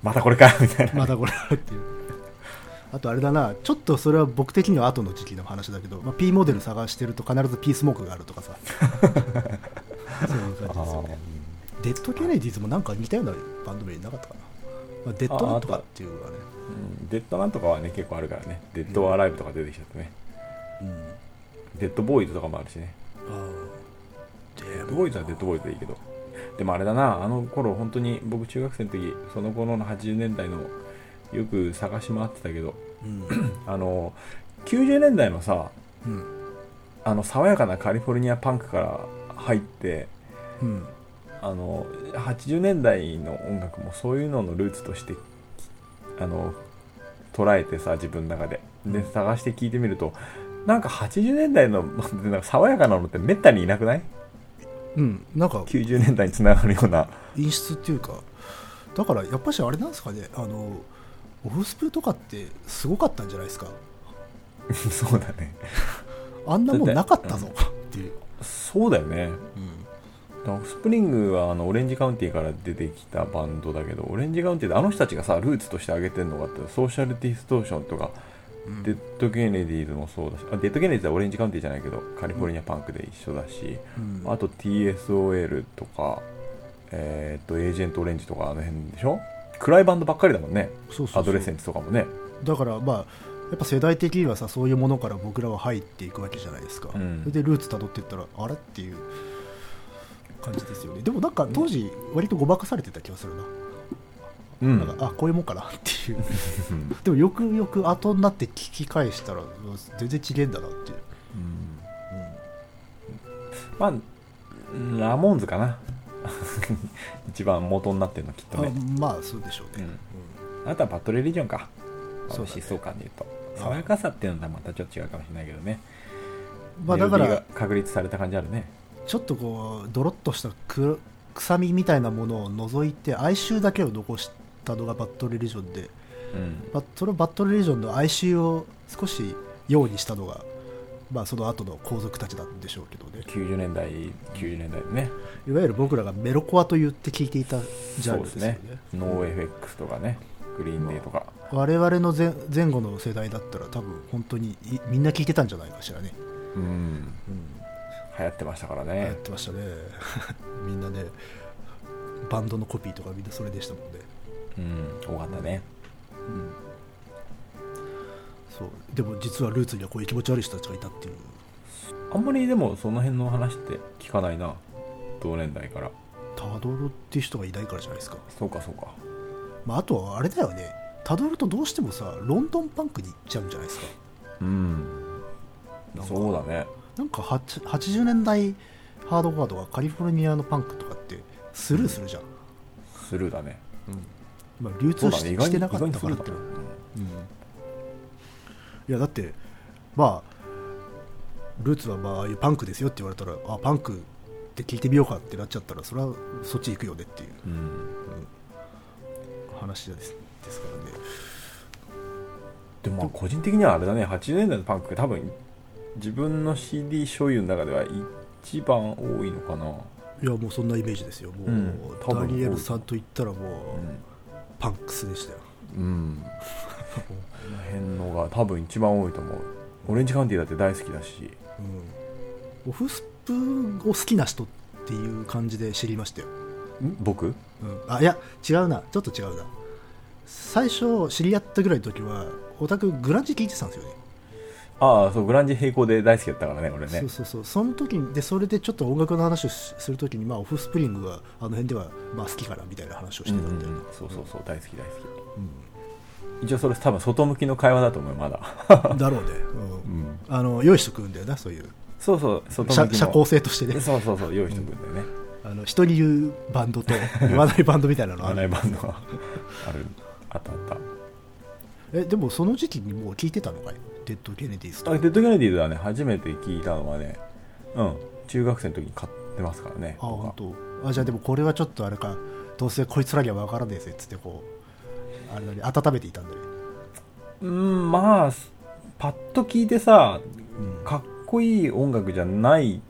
またこれかみたいな
まだこれあるっていうあとあれだなちょっとそれは僕的には後の時期の話だけど、まあ、P モデル探してると必ず P スモークがあるとかさそういう感じですよねデッド・ケネディーズもなんか似たようなバンド名なかったかな、まあ、デッドなんとかっていうのがね
うんデッドなんとかはね結構あるからねデッドアライブとか出てきちゃってね、
うん
デッドボーイズとかもあるしね
あ
デ
ー
ッ
で
ド
も
ボーイズはデッドボーイズでいいけどでもあれだなあの頃本当に僕中学生の時その頃の80年代のよく探し回ってたけど
うん
あの90年代のさ
うん
あの爽やかなカリフォルニアパンクから入って
うん
あの80年代の音楽もそういうののルーツとしてあの捉えてさ自分の中でで探して聞いてみるとなんか80年代の (laughs) なんか爽やかなのってめったにいなくない
うんなんか
?90 年代につながるような (laughs)
演出っていうかだからやっぱしあれなんですかねあのオフスプとかってすごかったんじゃないですか
そうだね
あんなもんなかったぞっていう、
そうだよね
うん
オフスプリングはあのオレンジカウンティーから出てきたバンドだけどオレンジカウンティーであの人たちがさルーツとして挙げてるのがあってソーシャルディストーションとか、
うん
デッド・ケネディーズもそうだしあデッド・ケネディーズはオレンジカウンティーじゃないけどカリフォルニアパンクで一緒だし、
うん
あと TSOL とか、えーっとエージェント・オレンジとかあの辺でしょ暗いバンドばっかりだもんね
そうそうそう
アドレセンツとかもね
だからまあやっぱ世代的にはさそういうものから僕らは入っていくわけじゃないですか、
うん
それでルーツ辿っていったらあれっていう感じですよねでもなんか当時割とごまかされてた気がするな,、
うん
なんかあこういうもんかなっていう (laughs) でもよくよく後になって聞き返したら全然違えんだなってい
う
う、
んまあラモーンズかな (laughs) 一番元になってるのきっと
うん
ね
あまあそうでしょうね、
うんあとはバトルリジョンか。
そうだね
思想感で言うと。
ああ
爽やかさっていうのとはまたちょっと違うかもしれないけどね。
うんまあだか
メロディ
ら
ーが確立された感じあるね。
ちょっとこうドロッとしたく臭みみたいなものを除いて哀愁だけを残したのがバットレリジョンで
うん。
まあ、そのバットルレジョンの哀愁を少し用にしたのが、まあ、その後の皇族たちなんでしょうけどね
90年代、90年代でね。
いわゆる僕らがメロコアと言って聞いていたジ
そ
ャン
う
ル
で
ですすよね
ね。ノー FX とかね。グリーンデーとか。
我々の前前後の世代だったら多分本当にいみんな聞いてたんじゃないかしらね、
うん。
うん、
流行ってましたから
やっ
ね。
てましたね (laughs) みんなねバンドのコピーとかみんなそれでしたもんね、
うん。多かったね。
うん、そうでも実はルーツにはこういう気持ち悪い人たちがいたっていう
あんまりでもその辺の話って聞かないな。同年代から。
たどるっていう人がいないからじゃないですか
そうかそうか。
まあ、あとはあれだよねたどるとどうしてもさロンドンパンクに行っちゃうんじゃないですか
うん。
なんか
そうだね。
なんかはち80年代ハードコアとかカリフォルニアのパンクとかってスルーするじゃん、
スルーだね。
まあ、流
そ
通
うだ
し,、
ね。意外
し
に
て
意
なか
外
っ
に
た
ス
から
ルー
って
だ
い
ね
やだってまあルーツはまあああいうパンクですよって言われたらあパンクって聞いてみようかってなっちゃったらそれはそっち行くよねっていう
うん。うん
話ですですからね
でもまあ個人的にはあれだね80年代のパンク多分自分の CD 所有の中では一番多いのかな、
いやもうそんなイメージですよも
う
う、
ん多
ダ
分
ニエルさんと言ったらもう、
うん
パンクスでしたよ
うん、この辺のが多分一番多いと思うオレンジカウンティーだって大好きだし
オフスプを好きな人っていう感じで知りましたよ、
僕
うん、あいや違うなちょっと違うな最初知り合ったぐらいの時はオタクグランジ聞いてたんですよね
ああそうグランジ並行で大好きだったからね俺ね
そうそうそうその時にでそれでちょっと音楽の話をしする時に、まあ、オフスプリングがあの辺では、まあ、好きかなみたいな話をしてたんだよ
うんう
ね
んうんそうそうそう大好き大好き
う
一応それ多分外向きの会話だと思うまだ、
んだろうね、
う
うん
ん、
あの用意しとくんだよなそういう
(laughs) そうそう外
社
向きの
社交性としてね
そうそうそう用意しとくんだよね、
あの人に言うバンドと言わないバンドみたいなの
ア
あ
ナ
る
イバン (laughs) ドはあるあったあった
えでもその時期にもう聞いてたのかいデッド・ケネディスと
あデッド・キャネディーズはね初めて聞いたのはねうん中学生の時に買ってますからね
あ本当あじゃあでもこれはちょっとあれかどうせこいつらには分からねえぜっつってこうあれだね温めていたんだね
うんまあパッと聞いてさ
うん
かっこいい音楽じゃない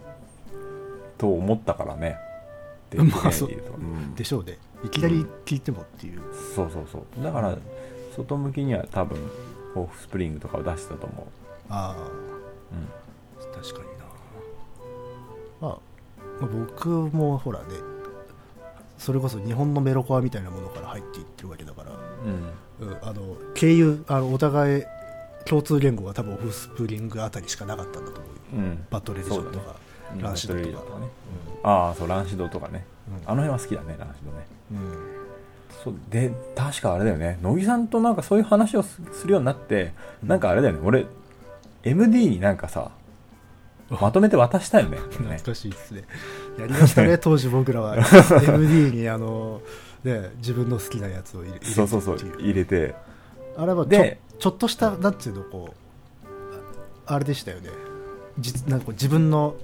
と思ったからねデッド・キャネディーズは、うん
でしょうねいきなり聞いてもっていう、
そうそうそうだから外向きには多分オフスプリングとかを出してたと思
ああ
う、うん
確かになまあまあ僕もほらねそれこそ日本のメロコアみたいなものから入っていってるわけだから、
うん
うんあの経由あのお互い共通言語が多分オフスプリングあたりしかなかったんだと思うよ
うん
バトルレジョンとか、
うん
ランシドと
バトル
か
レジョンとかねああそう乱視堂とかね、
うん
あの辺は好きだね乱視堂ね
うん
そうで確かあれだよね乃木さんとなんかそういう話をすするようになって、なんかあれだよね俺 MD になんかさまとめて渡したよね
(laughs) 懐
ね
かしいですねやりまし
(laughs)
たね当時僕らは MD にあの、ね、自分の好きなやつを入れ入れて
そうそうそう
ってい
入れて
あれはちょ
で
ちょっとしたなんていうのこうああれでしたよねじなんかこう自分の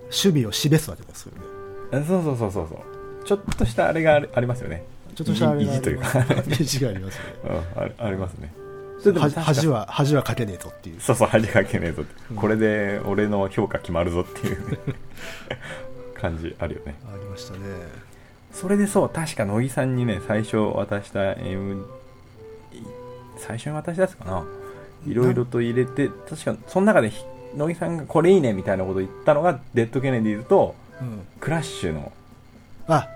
趣味を示すわけですよね
そうそうそうそうそうちょっとしたあれがありありますよね
ちょっとしたあれが
意地というか (laughs)
(laughs) 意地がありますね
うんありありますねそれでも
は
確か
恥は恥はかけねえとっていう
そうそう恥かけねえぞって、
うん
これで俺の評価決まるぞって (laughs) いうね感じあるよね
ありましたね
それでそう確か乃木さんにね最初渡した M い最初に渡したやつかないろいろと入れて確かその中でひ乃木さんがこれいいねみたいなこと言ったのがデッド・ケネディーズと
うん
クラッシュの
あ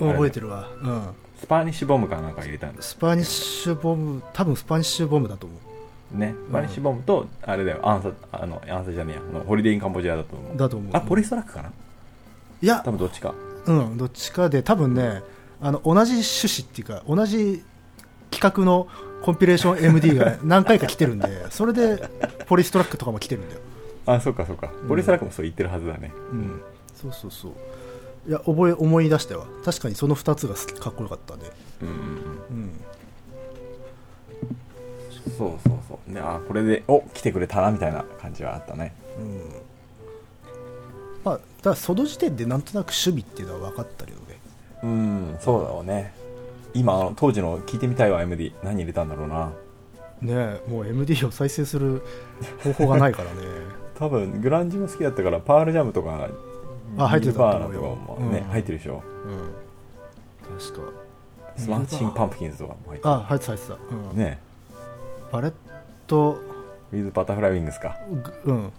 覚えてるわ、うん、
スパーニッシュボムかなんか入れたんです
スパニッシュボム多分スパニッシュボムだと思
ねスパーニッシュボムとあれだよアンサあのアンサじゃねえやあのホリデー・イン・カンボジアだと思
う
う
だと思う
あポリストラックかない
や
多分どっちか
うんどっちかで多分ねあの同じ趣旨っていうか同じ企画のコンピレーション MD が何回か来てるん
(laughs)
でそれでポリストラックとかも来てるんだよ、
あそうかそうかポリストラックもそう言ってるはずだね
うん、そうそうそういや覚え思い出したわ確かにその2つが好きかっこよかったね
うんうんうん
うん
そうそうそうねあこれでお来てくれたなみたいな感じはあったね
うんまあ、だからその時点でなんとなく趣味っていうのは分かったけどね
うんそうだろうね今あの当時の聞いてみたいわ MD 何入れたんだろうな
ねえもう MD を再生する方法がないから (laughs) ね
多分グランジも好きだったからパールジャムとか
あ入って
ニル
た
バーナ
と思うよ
とかもね、
うん
入ってるでしょ
うん確か
スマッシングパンプキンズとかも入って
あ入ってた入ってた、うん
るね
バレット
ウィズバタフライウィングスか、
ぐうん、
うん、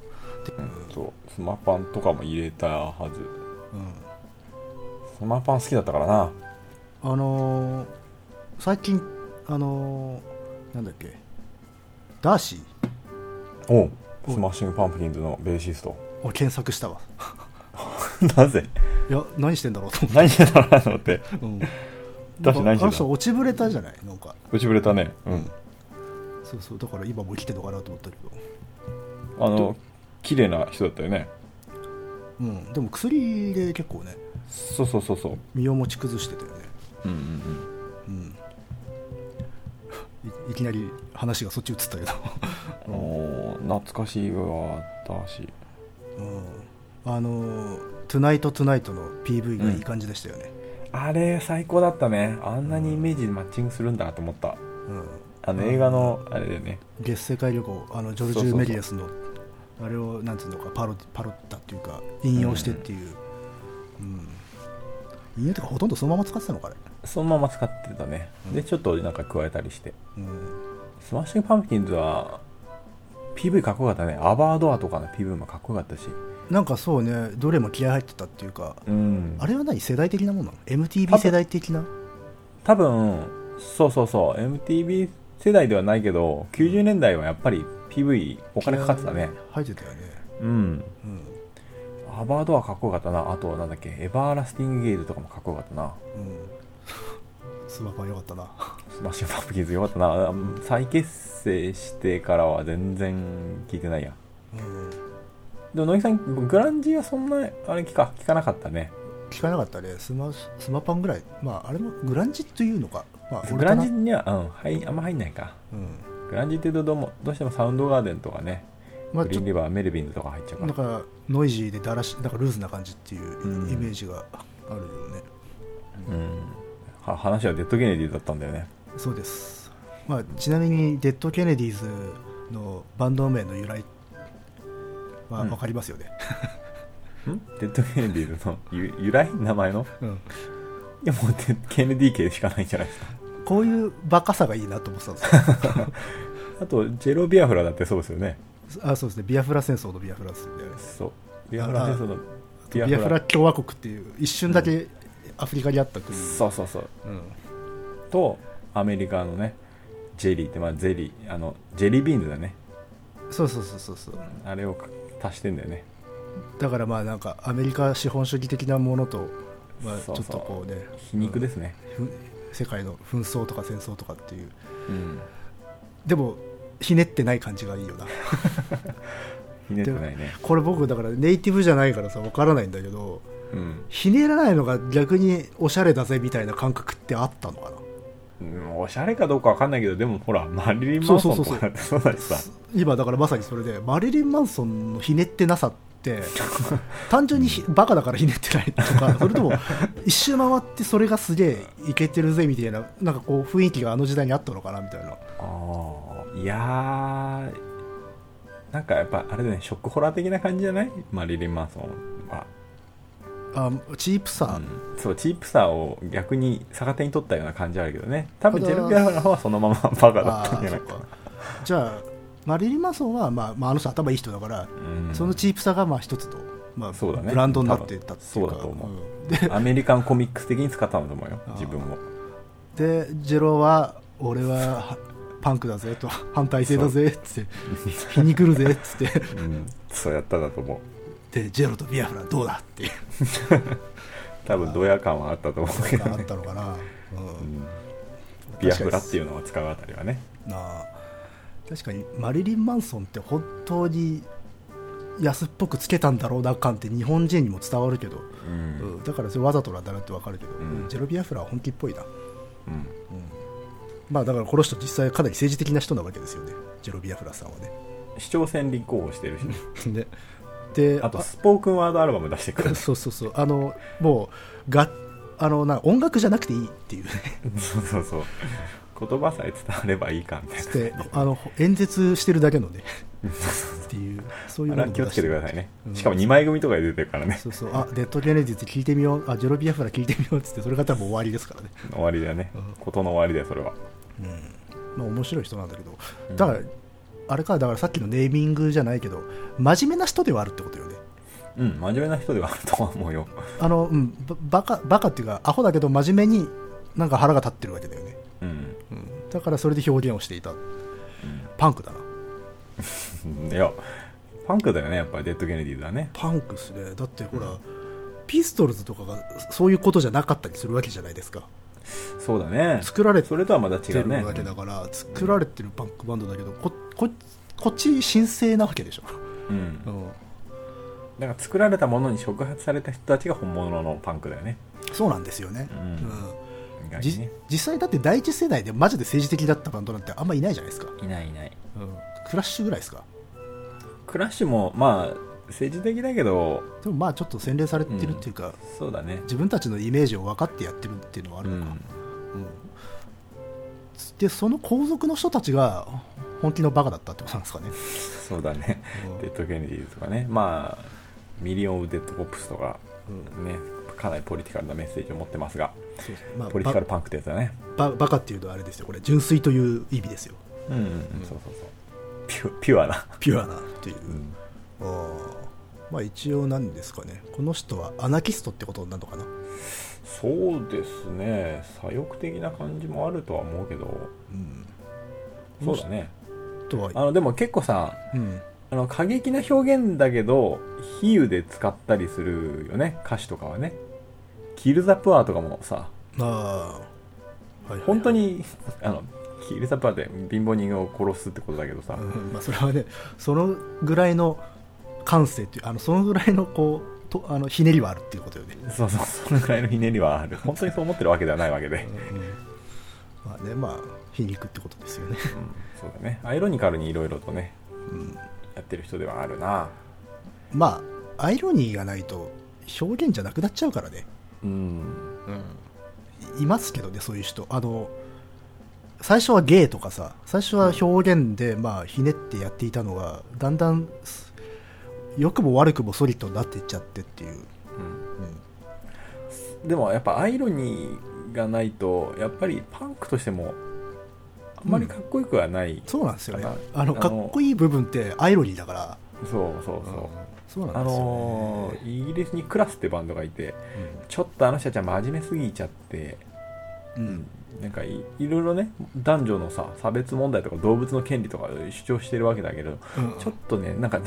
そうスマパンとかも入れたはず
うん、
スマパン好きだったからな
あのー最近あのーなんだっけダーシー
おうスマッシングパンプキンズのベーシスト (laughs)
を検索したわ (laughs)
なぜ
いや何してんだろうと思
何やったのかなと思って
って、 (laughs) うん、
ダーシー何してんだ
なんかあの人落ちぶれたじゃないなんか
打ちぶれたねうん
そうそうだから今も生きてるのかなと思ったけど
あの綺麗な人だったよね
うん、でも薬で結構ね
そうそうそうそう
身を持ち崩してたよね、
うんうんうん
うん、いいきなり話がそっち移ったけど、 (laughs)
あのー懐かしいわ私
うん、あの「トゥナイトトゥナイト」の PV がいい感じでしたよね、
あれ最高だったねあんなにイメージマッチングするんだと思った
うん
あの映画のあれだよね
月世界旅行あのジョルジ
そうそうそ
ュ・
う
メリアスのあれをなんていうのかパロパロったっていうか引用してっていう、うん引用というかほとんどそのまま使ってたのかね、
そのまま使ってたねでちょっとなんか加えたりして
うん、
スマッシングパンプキンズは PV かっこよかったねアバードアとかの PV もかっこよかったし
なんかそうねどれも気合入ってたっていうか
うん
あれは何世代的なものなの
多
?MTV
分
世代的な
多分そうそうそう MTV 世代ではないけど90年代はやっぱり PV お金かかってたね
入ってたよね
うん
うん、
アバードはかっこよかったなあとなんだっけエバーラスティングゲイズとかもかっこよかったな
うん、スマパンよかったな
スマッシュパンプキンズよかったなうん再結成してからは全然聞いてないや
うん
でも乃木さんグランジーはそんなあれ聞か聞かなかったね
聞かなかったねスマスマパンぐらいまああれもグランジというのか、まあ、
グランジ
俺か
には、うん、はいあんま入んないか
なうん
グランジっていうとどうもどうしてもサウンドガーデンとかね
まあ
グリ
ち
ー
ょ
ン
っ
リバーメルビンズとか入っちゃう
と
か
なん
ら
かノイジーでだらしなんかルーズな感じっていう
うん
イメージがあるよね、
うんは話はデッド・ゲネディだったんだよね
そうです、まあ、ちなみにデッド・ケネディーズのバンド名の由来は
うん
分かりますよね、
んデッド・ゲネディの由由来名前の
うん
いやもうデッド・ゲネディ系しかないんじゃないですか
(laughs) こういうバカさがいいなと思ってたんですよ
あとジェロ・ビア (laughs) フラだってそうですよね
あそうですねビアフラ戦争のビアフラですよね
そうビアフラ戦争の
ビアフラ共和国っていう一瞬だけアフリカにあった国、
そうそうそう
うん
とアメリカのねジェリーってまあゼリーあのジェリービーンズだね
そうそうそうそうそう
あれをか足してんだよね
だからまあなんかアメリカ資本主義的なものと、まあ、ち
そ
ょ
うそ
っ
う
とこうね
皮肉ですね
ふん世界の紛争とか戦争とかっていう
うん
でもひねってない感じがいいよな
ひねってないね
これ僕だからネイティブじゃないからさ分からないんだけど
うん、
ひねらないのが逆におしゃれだぜみたいな感覚ってあったのかな
うんおしゃれかどうかわかんないけどでもほらマリリン・マンソンとかだってそうだしさ
今だからまさにそれでマリリン・マンソンのひねってなさって
(laughs)
単純にひバカだからひねってないとかそれとも一周回ってそれがすげえいけてるぜみたいななんかこう雰囲気があの時代にあったのかなみたいな
ああいやーなんかやっぱあれだねショックホラー的な感じじゃないマリリン・マンソンは、
あチープさ、
うんそうチープさを逆に逆手に取ったような感じはあるけどね多分ジェルビアの方はそのままバカだったんじゃない
あーそ
か
っじゃあマリリン・マンソンは、まあまあ、あの人頭いい人だから、
うん
そのチープさがまあ一つと、まあ
そうだね
ブランドになっていったっていうか
多分そうだと思うん
で
(laughs) アメリカンコミックス的に使ったんだと思うよ
あー
自分も
でジェロは俺ははパンクだぜと反対性だぜっつって皮肉るぜっつって
うんそうやったんだと思う
でジェロとビアフラどうだっていう
多分ドヤ感はあったと思うけ
の
ど
があ
ね
ったのかな、う、
うんんビアフラっていうのを使うあたりはね
なあ確かにマリリン・マンソンって本当に安っぽくつけたんだろうな感って日本人にも伝わるけど、
うん
うんだからそれわざとなんだなってわかるけど、
ん
ジェロビアフラは本気っぽいな、
うん
まあだからこの人実際かなり政治的な人なわけですよねジェロビアフラさんはね (laughs)
市長選立候補してるし、ね、
でで
あとスポークンワードアルバム出してくる (laughs)
そうそうそうあのもうがあのな音楽じゃなくていいってい
(laughs)
うね
そうそうそう言葉さえ伝わればいいかみたい
つ
な
ってあの演説してるだけのねっていうそういう
あ
も
れ
の
は
も
気をつけてくださいね
うん
しかも2枚組とかで出てるからね
そうそうあデッド・ケネディって聞いてみようあジェロビアフラ聞いてみようっつってそれが多分終わりですからね、
終わりだよね
うん
事の終わりだよそれは
まあ、面白い人なんだけど
うん
だから、あれかだからさっきのネーミングじゃないけど真面目な人ではあるってことよね
うん真面目な人ではあるとは思うよ
あのうんばバカバカっていうかアホだけど真面目になんか腹が立ってるわけだよね、
うん
うん、だからそれで表現をしていた、パンクだな
うんいやパンクだよねやっぱりデッド・ケネディだね
パンクっすねだってほら、ピストルズとかがそういうことじゃなかったりするわけじゃないですか
そうだね
作られて
それとはまた違う
る
ね
わけだから、作られてるパンクバンドだけどこここっち神聖なわけでしょ、
うん
うん、
だから作られたものに触発された人たちが本物のパンクだよね
そうなんですよね、
うん意外に
じ
ね
実際だって第一世代でマジで政治的だったバンドなんてあんまいないじゃないですか、
いないいない
クラッシュぐらいですか
クラッシュもまあ政治的だけど
でもまあちょっと洗練されてるっていうか、
そうだね
自分たちのイメージを分かってやってるっていうのはあるのか、うんでその皇族の人たちが本気のバカだったってことなんですかね
そうだね
うん
デッド・ケネディとかねまあミリオン・オブ・デッド・ポップスとかねかなりポリティカルなメッセージを持ってますが
そうそうまあ
ポリティカルパンクってやつだね
ババカっていうのはあれですよこれ純粋という意味ですよ
うんうんうんそうそうそうピュピュアな
ピュアなという、あーまあ一応なんですかねこの人はアナキストってことになるのかな、
そうですね左翼的な感じもあるとは思うけど
うん、
そうだね
とは
あのでも結構さ
うん
あの過激な表現だけど比喩で使ったりするよね歌詞とかはね「キル・ザ・プア」とかもさ
まあ、はいはいはい
本当、にあのキル・ザ・プアって貧乏人を殺すってことだけどさ、
うんまあ、それはねそのぐらいの感性っていうあのそのぐらいのこうとあのひねりはあるっていうことよね、
そうそうそのくらいのひねりはある本当にそう思ってるわけではないわけで、うん
まあねまあ皮肉ってことですよね、 (laughs)
そうだねアイロニカルにいろいろとね
うん、
やってる人ではあるな
まあアイロニーがないと表現じゃなくなっちゃうからね
うん
いいますけどねそういう人あの最初はゲイとかさ最初は表現で、まあ、ひねってやっていたのがだんだんす良くも悪くもソリッドになっていっちゃってっていう、うん
でもやっぱアイロニーがないとやっぱりパンクとしてもあんまりかっこよくはない、
そうなんですよね
あ
あの
あの
かっこいい部分ってアイロニーだから
そうそうそう、
そうな
あ
んですよ、ね
のーイギリスにクラスってバンドがいてちょっとあの人たちは真面目すぎちゃって
うんうん
なんかいいろいろね男女のさ差別問題とか動物の権利とか主張してるわけだけど
うん
ちょっとねなんか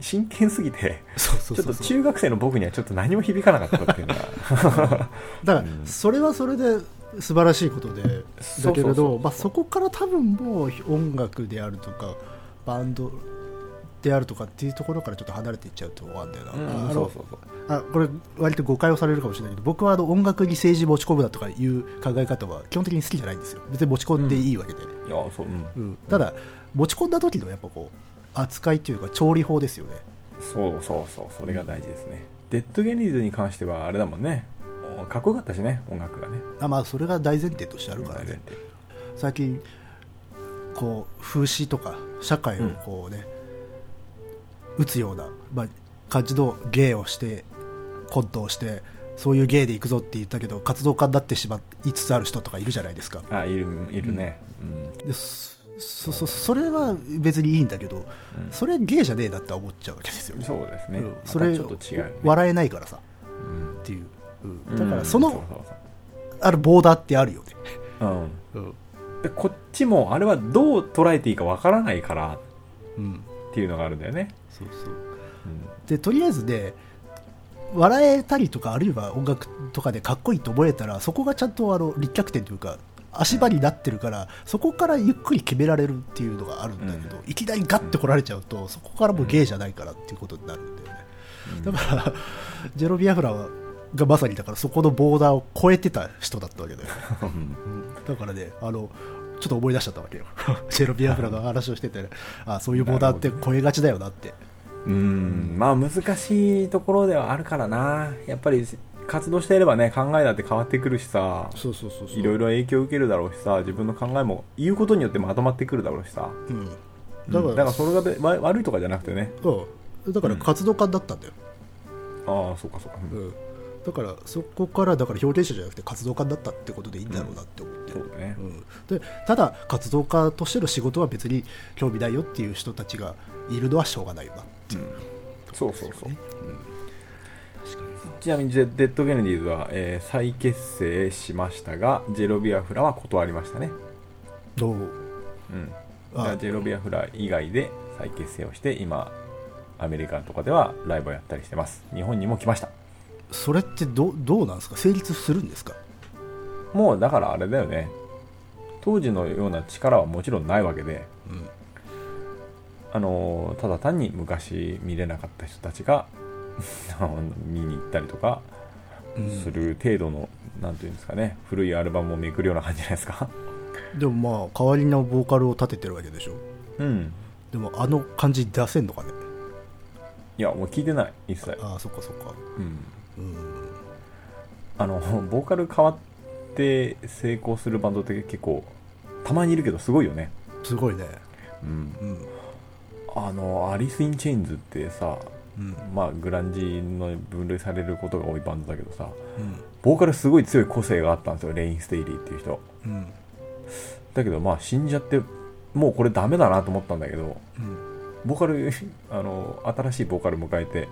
真剣すぎて
そうそう
ちょっ
そ
と
うそう
中学生の僕にはちょっと何も響かなかったっていうのが
だか
うん
らそれはそれで素晴らしいことで
そうそ
だ
うそう
けれどまあそこから多分もう音楽であるとかバンドであるとかっていうところからちょっと離れていっちゃうと思うんだよな、
うん
あ
そ
の
うそうそう
あこれ割と誤解をされるかもしれないけど僕はあの音楽に政治持ち込むだとかいう考え方は基本的に好きじゃないんですよ別に持ち込んでいいわけで、
いやそう、うん
うんただ持ち込んだ時のやっぱこう扱いというか調理法ですよね
そうそうそうそれが大事ですね、デッドゲニーズに関してはあれだもんねおかっこよかったしね音楽がね
あまあそれが大前提としてあるからね最近こう風刺とか社会をこうね、打つような、まあ、感じの芸をしてコントをしてそういう芸で行くぞって言ったけど活動家になってしまいつつある人とかいるじゃないですか
あいるいるね、うん
でそそそそれは別にいいんだけど、
うん
それ芸じゃねえなって思っちゃうわけですよね
そうですね、
うん
また
それ
ちょっと違う、ね、
笑えないからさ
うん
っていう、うん
うん
だからその、
うそうそう
あるボーダーってあるよね、
うん
うん
でこっちもあれはどう捉えていいかわからないからっていうのがあるんだよね、
そうそう
うん
でとりあえずね笑えたりとかあるいは音楽とかでかっこいいと思えたらそこがちゃんとあの立脚点というか足場になってるからそこからゆっくり決められるっていうのがあるんだけど、いきなりガッて来られちゃうとそこからもう芸じゃないからっていうことになるんだよね、
うん
だからジェロビアフラがまさにだからそこのボーダーを超えてた人だったわけだよだからね、あの、ちょっと思い出しちゃったわけよ。 (laughs) ジェロビアフラの話をしてて、あそういうボーダーって超えがちだよなって。
うんまあ難しいところではあるからなやっぱり活動していればね考えだって変わってくるしさ
そうそうそうそう。
いろいろ影響を受けるだろうしさ自分の考えも言うことによってまとまってくるだろうしさ
うん。だ
だから,、
から、
だからそれがべわ悪いとかじゃなくてね
うんだから活動家だったんだよ。
ああそうかそうか、うん
うん。だから、そこから、だから表現者じゃなくて活動家だったってことでいいんだろうなって思って。
そうだね
うん、でただ、活動家としての仕事は別に興味ないよっていう人たちがいるのはしょうがないよなっていう、
そうそうそう、
ね
ちなみにジェデッド・ケネディーズは、えー再結成しましたがジェロビアフラは断りましたね
どう
うん
あ
だからジェロビアフラ以外で再結成をして今アメリカとかではライブをやったりしてます日本にも来ました
それってどどうなんですか成立するんですか
もうだからあれだよね当時のような力はもちろんないわけで、
うん
あのーただ単に昔見れなかった人たちが (laughs) あの見に行ったりとかする程度の、なんていうんですかね古いアルバムをめくるような感じじゃないですか
でもまあ代わりのボーカルを立ててるわけでしょ
うん
でもあの感じ出せんのかね
いやもう聞いてない一切
ああそっかそっか
うん
うん
あのボーカル変わって成功するバンドって結構たまにいるけどすごいよね
すごいね
うん
うん
あのアリス・イン・チェインズってさ
うん
まあグランジの分類されることが多いバンドだけどさ
うん
ボーカルすごい強い個性があったんですよレイン・ステイリーっていう人
うん
だけどまあ死んじゃってもうこれダメだなと思ったんだけど
うん
ボーカル (laughs) あの新しいボーカル迎えて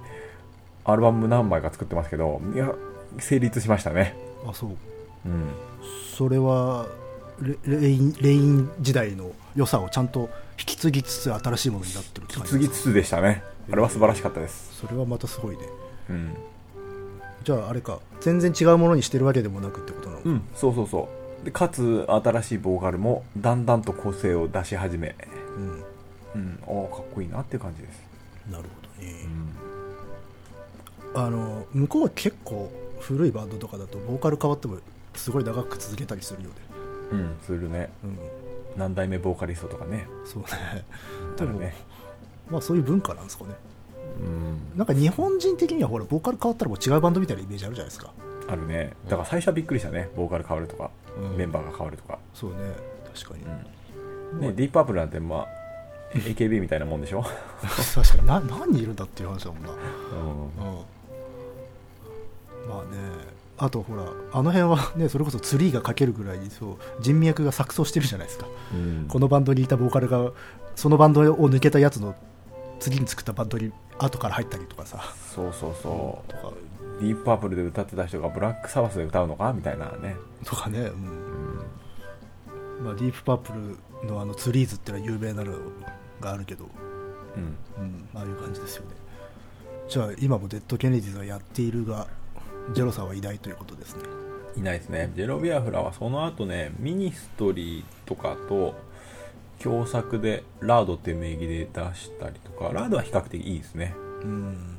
アルバム何枚か作ってますけどいや成立しましたね
あそう
うん
それはレレインレイン時代の良さをちゃんと引き継ぎつつ新しいものになってるって
引
感
き
じ
継ぎつつでしたねあれは素晴らしかったです
それはまたすごいね
うん
じゃああれか全然違うものにしてるわけでもなくってことなの、
うんそうそうそうでかつ新しいボーカルもだんだんと個性を出し始めう
うん
んああかっこいいなっていう感じです
なるほどね、
うん
あの向こうは結構古いバンドとかだとボーカル変わってもすごい長く続けたりするよね
うんするね
うん
何代目ボーカリストとかね
そうね
あ
で
る
も、
ね
まあそういう文化なんですかね
うん
なんか日本人的にはほらボーカル変わったらもう違うバンドみたいなイメージあるじゃないですか
あるねだから最初はびっくりしたねボーカル変わるとか、
うん
メンバーが変わるとか、
そうね確かに、
うんね、ディープパープルなんてまあ AKB みたいなもんでしょ、
確かにな何人いるんだっていう話だもんな、うん、
うん
まあねあとほらあの辺はねそれこそツリーがかけるぐらいにそう人脈が錯綜してるじゃないですか
うん
このバンドにいたボーカルがそのバンドを抜けたやつの次に作ったバンドに後から入ったりとかさ
そうそうそ
とか
うディープパープルで歌ってた人がブラックサバスで歌うのかみたいなね
とかね、うんまあ、ディープパープルのあのツリーズっていうのは有名なのがあるけど、
うん
うん、ああいう感じですよねじゃあ今もデッド・ケネディズはやっているがジェロさんはいないということですね
いないですねジェロビアフラはその後ねミニストリーとかと共作でラードっていう名義で出したりとかラードは比較的いいですね
うん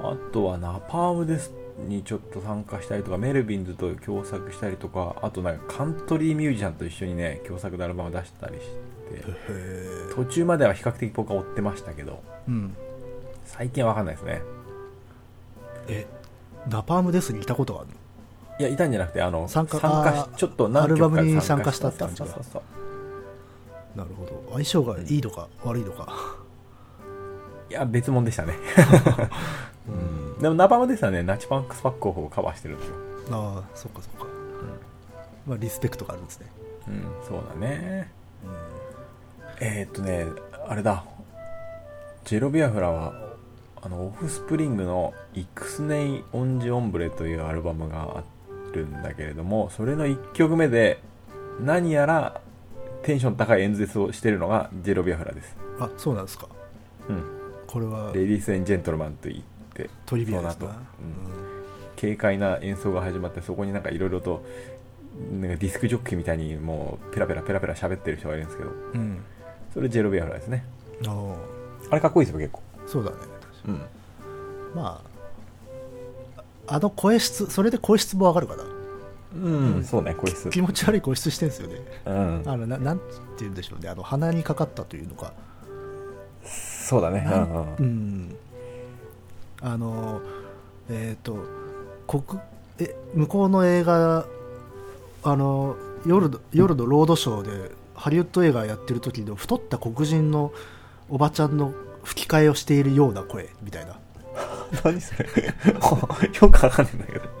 あとはナパームですにちょっと参加したりとかメルヴィンズと共作したりとかあとなんかカントリーミュージシャンと一緒にね共作でアルバムを出したりして
へえ
途中までは比較的僕は追ってましたけど
うん
最近は分かんないですね
えナパームデスにいたことがあるの
いやいたんじゃなくてあの
参加
し
あー
ちょっと何曲か
アルバムに参加したって感じ
そ
だ
うそうそう
なるほど相性がいいのか悪いのか
いや別物でしたね、うん、でもナパームですはねナチパンクスパックオフをカバーしてるんですよ、
(laughs) ああそっかそっか、まあリスペクトがあるんですね
うん、そうだねえー、っとねあれだジェロビアフラはあのオフスプリングの「イクスネイ・オンジ・オンブレ」というアルバムがあるんだけれどもそれの1曲目で何やらテンション高い演説をしてるのがジェロビアフラです、
あそうなんですか
うん、
これは
レディース・エン・ジェントルマンと言って
トリビアです
その
な
後うん軽快な演奏が始まってそこになんかいろいろとなんかディスクジョッキーみたいにもうペラペラペラペラ喋ってる人がいるんですけど
うん、うん
それジェロビアフラですね
あの
あれかっこいいですよ結構
そうだね
うん
まああの声質それで声質も上がるかな
うん、そうね、こいつ。
気持ち悪い声質してるんですよね
うん、
あのななんて言うんでしょうねあの鼻にかかったというのか
そうだね。う
なんんうんあのえっ、と国え向こうの映画あの夜の夜のロードショーでハリウッド映画やってる時の太った黒人のおばちゃんの吹き替えをしているような声みたいな
(laughs) 何それ (laughs) よくわかんないんだけど。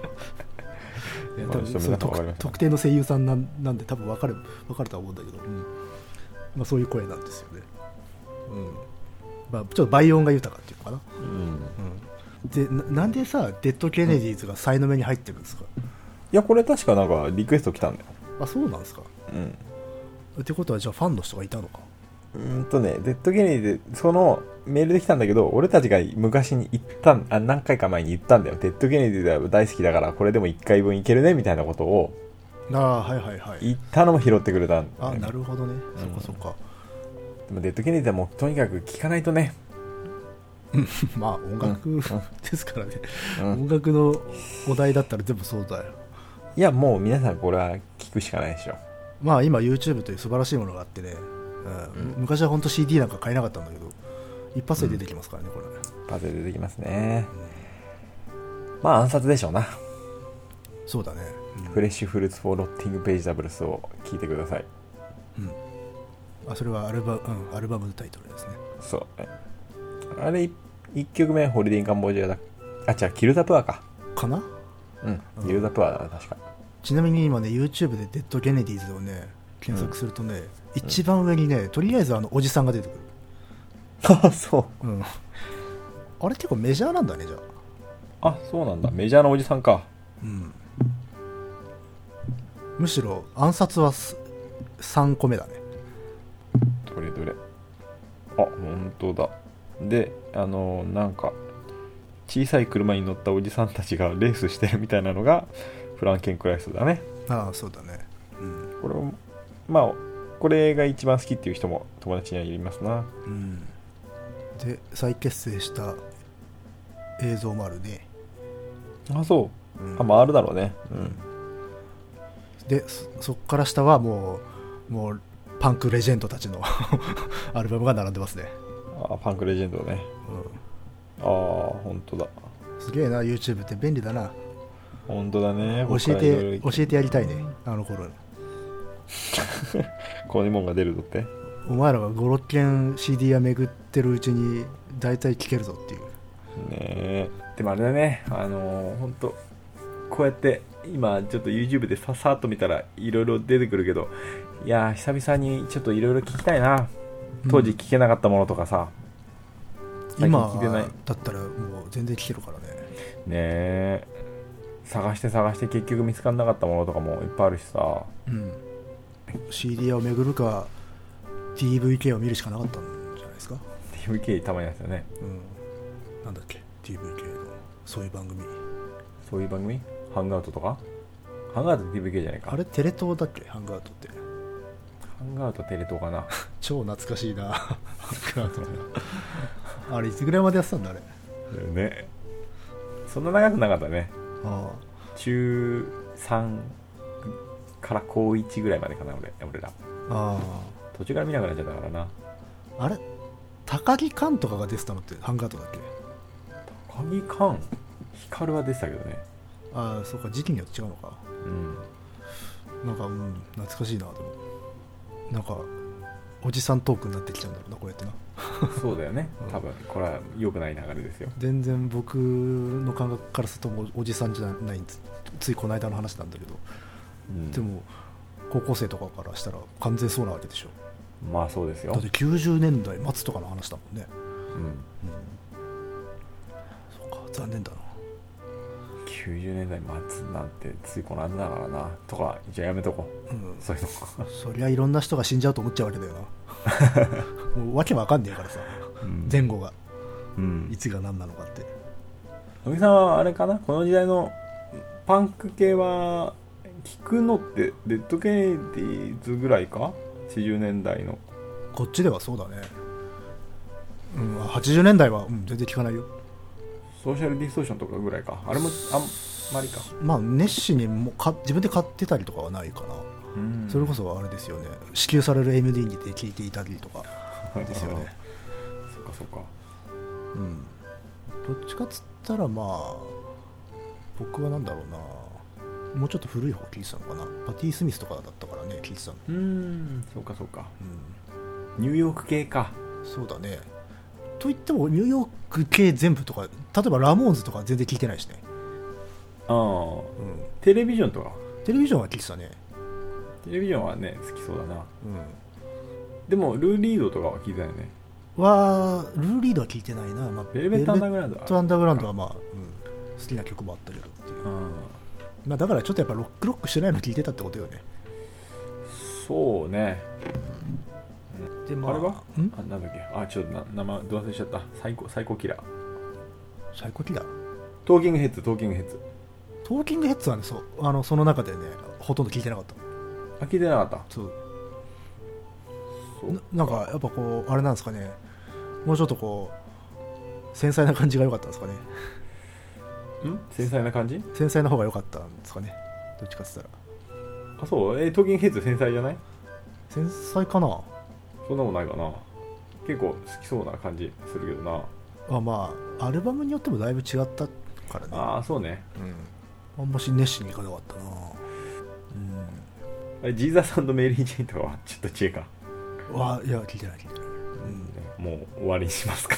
まあ
多分
ちょっと
その
皆さんわかり
特
ました
特定の声優さんなんなんで多分分かる分かるとは思うんだけど、うんまあ、そういう声なんですよね、うんまあ、ちょっと倍音が豊かっていうのかな
うん
でななんでさデッド・ケネディーズが才能目に入ってるんですか、
いや、これ確かなんかリクエスト来たんだよ。
あそうなんですか
うん。
ってことはじゃあファンの人がいたのか
うーんとね、デッドゲネで、そのメールできたんだけど、俺たちが昔に行ったんあ、何回か前に行ったんだよ。デッドゲネディが大好きだから、これでも1回分いけるね、みたいなことを、
ああはいはいはい
言ったのも拾ってくれたんだよ
あ
ね、
なるほどね、そっかそっか
でもデッドゲネディはもうとにかく聞かないとね、
まあ音楽、 (laughs) ですからね、
うん
音楽のお題だったら全部そうだよ
いや、もう皆さんこれは聞くしかないでしょ。
まあ今 YouTube という素晴らしいものがあってね、うん昔は本当 CD なんか買えなかったんだけど一発で出てきますからね、これ
パズル出てきますね。まあ暗殺でしょうな。
そうだね、
フレッシュフルーツ・フォー・ロッティング・ベジタブルスを聞いてください。
あそれはアルバ,、うん、アルバムのタイトルですね
そうね。あれ、1曲目、ホリディン・カンボジアだ。あ、違う、キル・ザ・プアか。
かな
うん、キル・ザ・プアだな、確か。
ちなみに今ね YouTube でデッド・ゲネディーズをね検索するとね、一番上にねとりあえずあのおじさんが出てくる
あ、 (laughs) そう。
うん、あれ結構メジャーなんだねじゃあ、
あ、そうなんだ。メジャーのおじさんか。
うん、むしろ暗殺はす3個目だね
どれどれ。あ、本当だ。で、あの、なんか、小さい車に乗ったおじさんたちがレースしてるみたいなのが、フランケン・クライスだね。
ああそうだね、うん
これもまあこれが一番好きっていう人も友達にはいますな
うん、で再結成した映像もあるね
あそううんあまああるだろうねうん
でそそっから下はもうもうパンクレジェンドたちの (laughs) アルバムが並んでますね、
あパンクレジェンドねあ
う
あ本当だ
ん、すげえな YouTube って便利だな
本当だねこ
教
こからいろ
えて
い
教
ろ
えてやりたいねあの頃
こういうもんが出るぞって
お前らが56件 CD や巡ってるうちに大体聴けるぞっていう
ねえでもあれだねあのー、本当こうやって今ちょっと YouTube でささっと見たらいろいろ出てくるけどいやー久々にちょっといろいろ聞きたいな当時聞けなかったものとかさ、最近
今
聞いてないね
だったらもう全然来てるからね
え探して探して結局見つからなかったものとかもいっぱいあるしさ
うん CD を巡るか DVK を見るしかなかったんじゃないですか
DVK たまにやつよね
うんなんだっけ DVK のそういう番組
そういう番組ハンガートとかハンガート DVK じゃないか
あれテレ東だっけハンガートって
ハンガートテレ東
(laughs)
かな
超懐かしいなハンガートねあれいつぐらいまでやってたんだあれ
だよねそんな長くなかったね
あ
中3から高1ぐらいまでかな俺俺ら
ああ
途中から見なくなっちゃったからな
ああれ高木寛とかが出てたのってハンガートだっけ
高木寛光は出てたけどね
ああそうか時期によって違うのか
うん
なんかうん懐かしいなでもなんかおじさんトークになってきちゃうんだろうなこうやってな
そうだよね
(laughs) うん
多分これは良くない流れですよ
全然僕の感覚からするともうおじさんじゃないんですついこの間の話なんだけど、
うん
でも高校生とかからしたら完全そうなわけでしょ
まあそうですよ
だって90年代末とかの話だもんね、
うん
そうか残念だな
90年代末なんてついこの間だからなとかじゃあやめとこう
うん
そういうの
そりゃいろんな人が死んじゃうと思っちゃうわけだよ
(laughs)
なもうわけわかんねえからさ
うん
前後が
うん
いつが何なのかって
野木さんはあれかなこの時代のパンク系は聞くのってデッドケネディーズぐらいか80年代の
こっちではそうだねうん80年代は、うん、全然聞かないよ
ソーシャルディストーションとかぐらいかあれもあんまりか、
まあ熱心にもうか自分で買ってたりとかはないかな
うん
それこそあれですよね支給される MD にて聞いていたりとかですよね
そっかそっか
うんどっちかっつったらまあ僕はなんだろうなもうちょっと古い方聞いてたのかなパティ・スミスとかだったからね聞いてたの
うんそっかそっか
う
ニューヨーク系か
んそうだねといってもニューヨーク系全部とか例えばラモーンズとか全然聞いてないしね、
ああ
うん、
テレビジョンとか
テレビジョンは聞いてたね
テレビジョンはね好きそうだな
う
でもルー・リードとかは聞いてないね
んはルー・リードは聞いてないな、まあ、
ベルベット・アンダーグラウンド
ベルベ
は
ットアンダーグラウンドはまあ、うん好きな曲もあったけどっていう、
う
まあ、だからちょっとやっぱロックロックしてないの聞いてたってことよね
んそうね
で
あれは
ん
あなんだっけあちょっとな名前どう忘れしちゃった最高最高キラー
最高キラー
トーキングヘッズトーキングヘッズ
トーキングヘッズはねそうあのその中でねほとんど聞いてなかった
あ聞いてなかった
そう
そう
ななんかやっぱこうあれなんですかねもうちょっとこう繊細な感じが良かったんですかね
ん繊細な感じ
繊細な方が良かったんですかねどっちかって言ったら
あそうえトーキングヘッズ繊細じゃない
繊細かな
そんなもんないかな結構好きそうな感じするけどな
あまあアルバムによってもだいぶ違ったからね
ああそうね
うん、あんまし熱心にいかなかったな
あれジーザーさんとメリー・ジェインとかはちょっと知恵か、
うんわいや聞いてない聞いてない、
もう終わりにしますか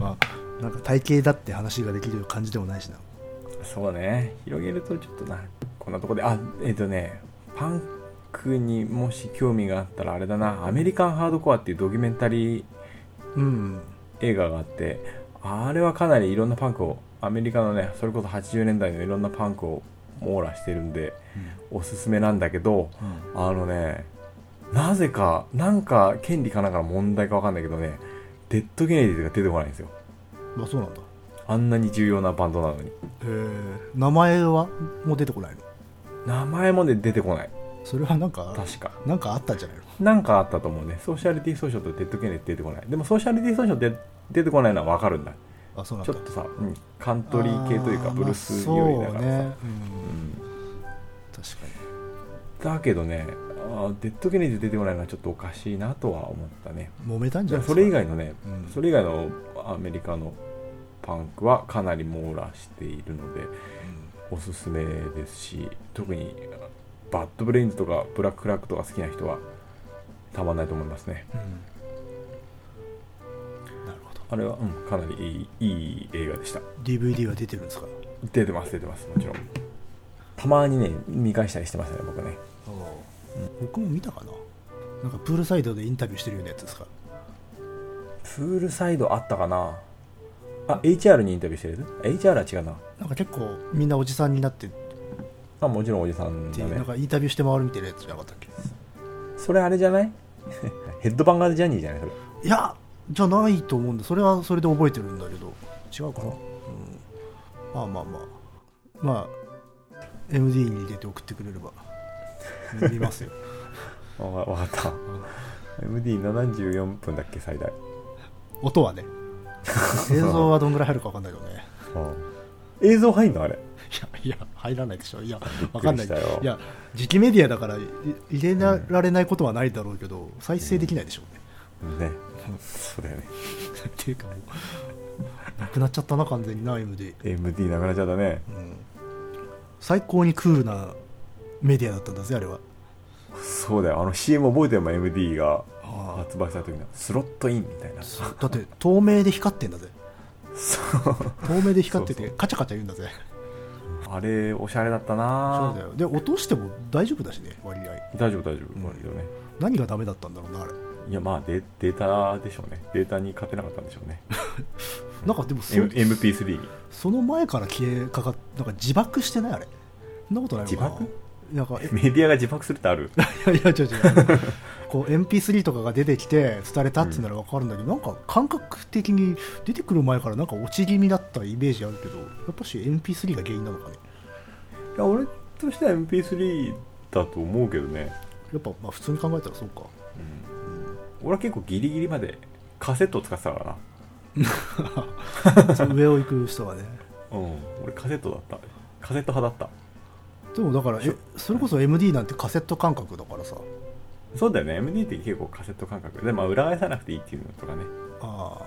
まあ、なんか体型だって話ができる感じでもないしな
(laughs) そうね広げるとちょっとなこんなとこであえっ、とねパンクにもし興味があったらあれだなアメリカンハードコアっていうドキュメンタリー
うん
映画があってあれはかなりいろんなパンクをアメリカのねそれこそ80年代のいろんなパンクを網羅してるんでおすすめなんだけどあのねなぜかなんか権利かなんかの問題かわかんないけどねデッド・ケネディが出てこないんですよ
まあそうなんだ
あんなに重要なバンドなのに
えー、名前はもう出てこないの
名前まで出てこない
それはなんか
確か
なんかあったんじゃないの
なんかあったと思うねソーシャリティ・ソーションとデッド・ケネディ出てこないでもソーシャリティ・ソーションって出てこないのはわかるんだ
あそうなん
ちょ
だ
っとさ、うんカントリー系というか
あ
ブルース
まあ
寄りだからさ、
そうね、うん
うん
確か
だけどねあーデッド・ケネディ出てこないのはちょっとおかしいなとは思ったね
に揉めたんじ
で
ゃ
も
な
そ
いですか
れ以外のね、
うん
それ以外のアメリカのパンクはかなり網羅しているのでおすすめですし特にバッドブレインズとかブラック・クラックとか好きな人はたまんないと思いますね
うん、うんなるほど
あれは、うん、かなりいいいい映画でした
DVD は出てるんですか
出てます出てますもちろんたまにね見返したりしてますね僕ね
僕も見たかななんかプールサイドでインタビューしてるようなやつですか
プールサイドあったかなあ HR にインタビューしてるやつ ?HR は違うな
なんか結構みんなおじさんになってっ
あもちろんおじさん
て
だ
いう、な
ね
んかインタビューして回るみたいなやつじゃなかったっけ
それあれじゃない (laughs) ヘッドバンガージャニーじゃないそれ
いやじゃないと思うんだそれはそれで覚えてるんだけど違うかな、うん、まあまあまあまあ MD に入れて送ってくれれば見 (laughs) ますよ
あわわかった MD74 分だっけ最大
音 (laughs) はね映像はどんぐらい入るか分かんないけど (laughs) ね
映像入んのあれ
いやいや入らないでしょいや分かんない
びっくりしたよ
いや時期メディアだからい入れなられないことはないだろうけど、再生できないでし (laughs) ょうね、
ねそうだよね
っていうかもうなくなっちゃったな完全にな MD
MD なくなっちゃったね
最高にクールなメディアだったんだぜあれは
そうだよあの CM 覚えてるもん MD が
ああ
発売した時のスロットインみたいな
そうだって透明で光ってんだぜ
そう
透明で光って
そう
てカチャカチャ言うんだぜ
あれおしゃれだった
そう
な
だよで落としても大丈夫だしね割合
大丈夫大丈夫、
ん
割とね
何がダメだったんだろうなあれ
いやまあデデータでしょうねデータに勝てなかったんでしょうね
なんかでもそ
M- MP3 に
その前から消えかかっなんか自爆してないあれそんなことないのかな
自
なんかえ (laughs)
メディアが自爆するってある
いやいや違う違うこう MP3 とかが出てきて廃れたっていうなら分かるんだけど、なんか感覚的に出てくる前からなんか落ち気味だったイメージあるけどやっぱし MP3 が原因なのかね
いや俺としては MP3 だと思うけどね、
やっぱまあ普通に考えたらそう
(laughs)
か
俺は結構ギリギリまでカセットを使ってたからな
その上を行く人はね
うん俺カセットだったカセット派だっ
でもだからえそれこそ MD なんてカセット感覚だからさ
たそうだよね MD って結構カセット感覚でまあ裏返さなくていいっていうのとかね
あ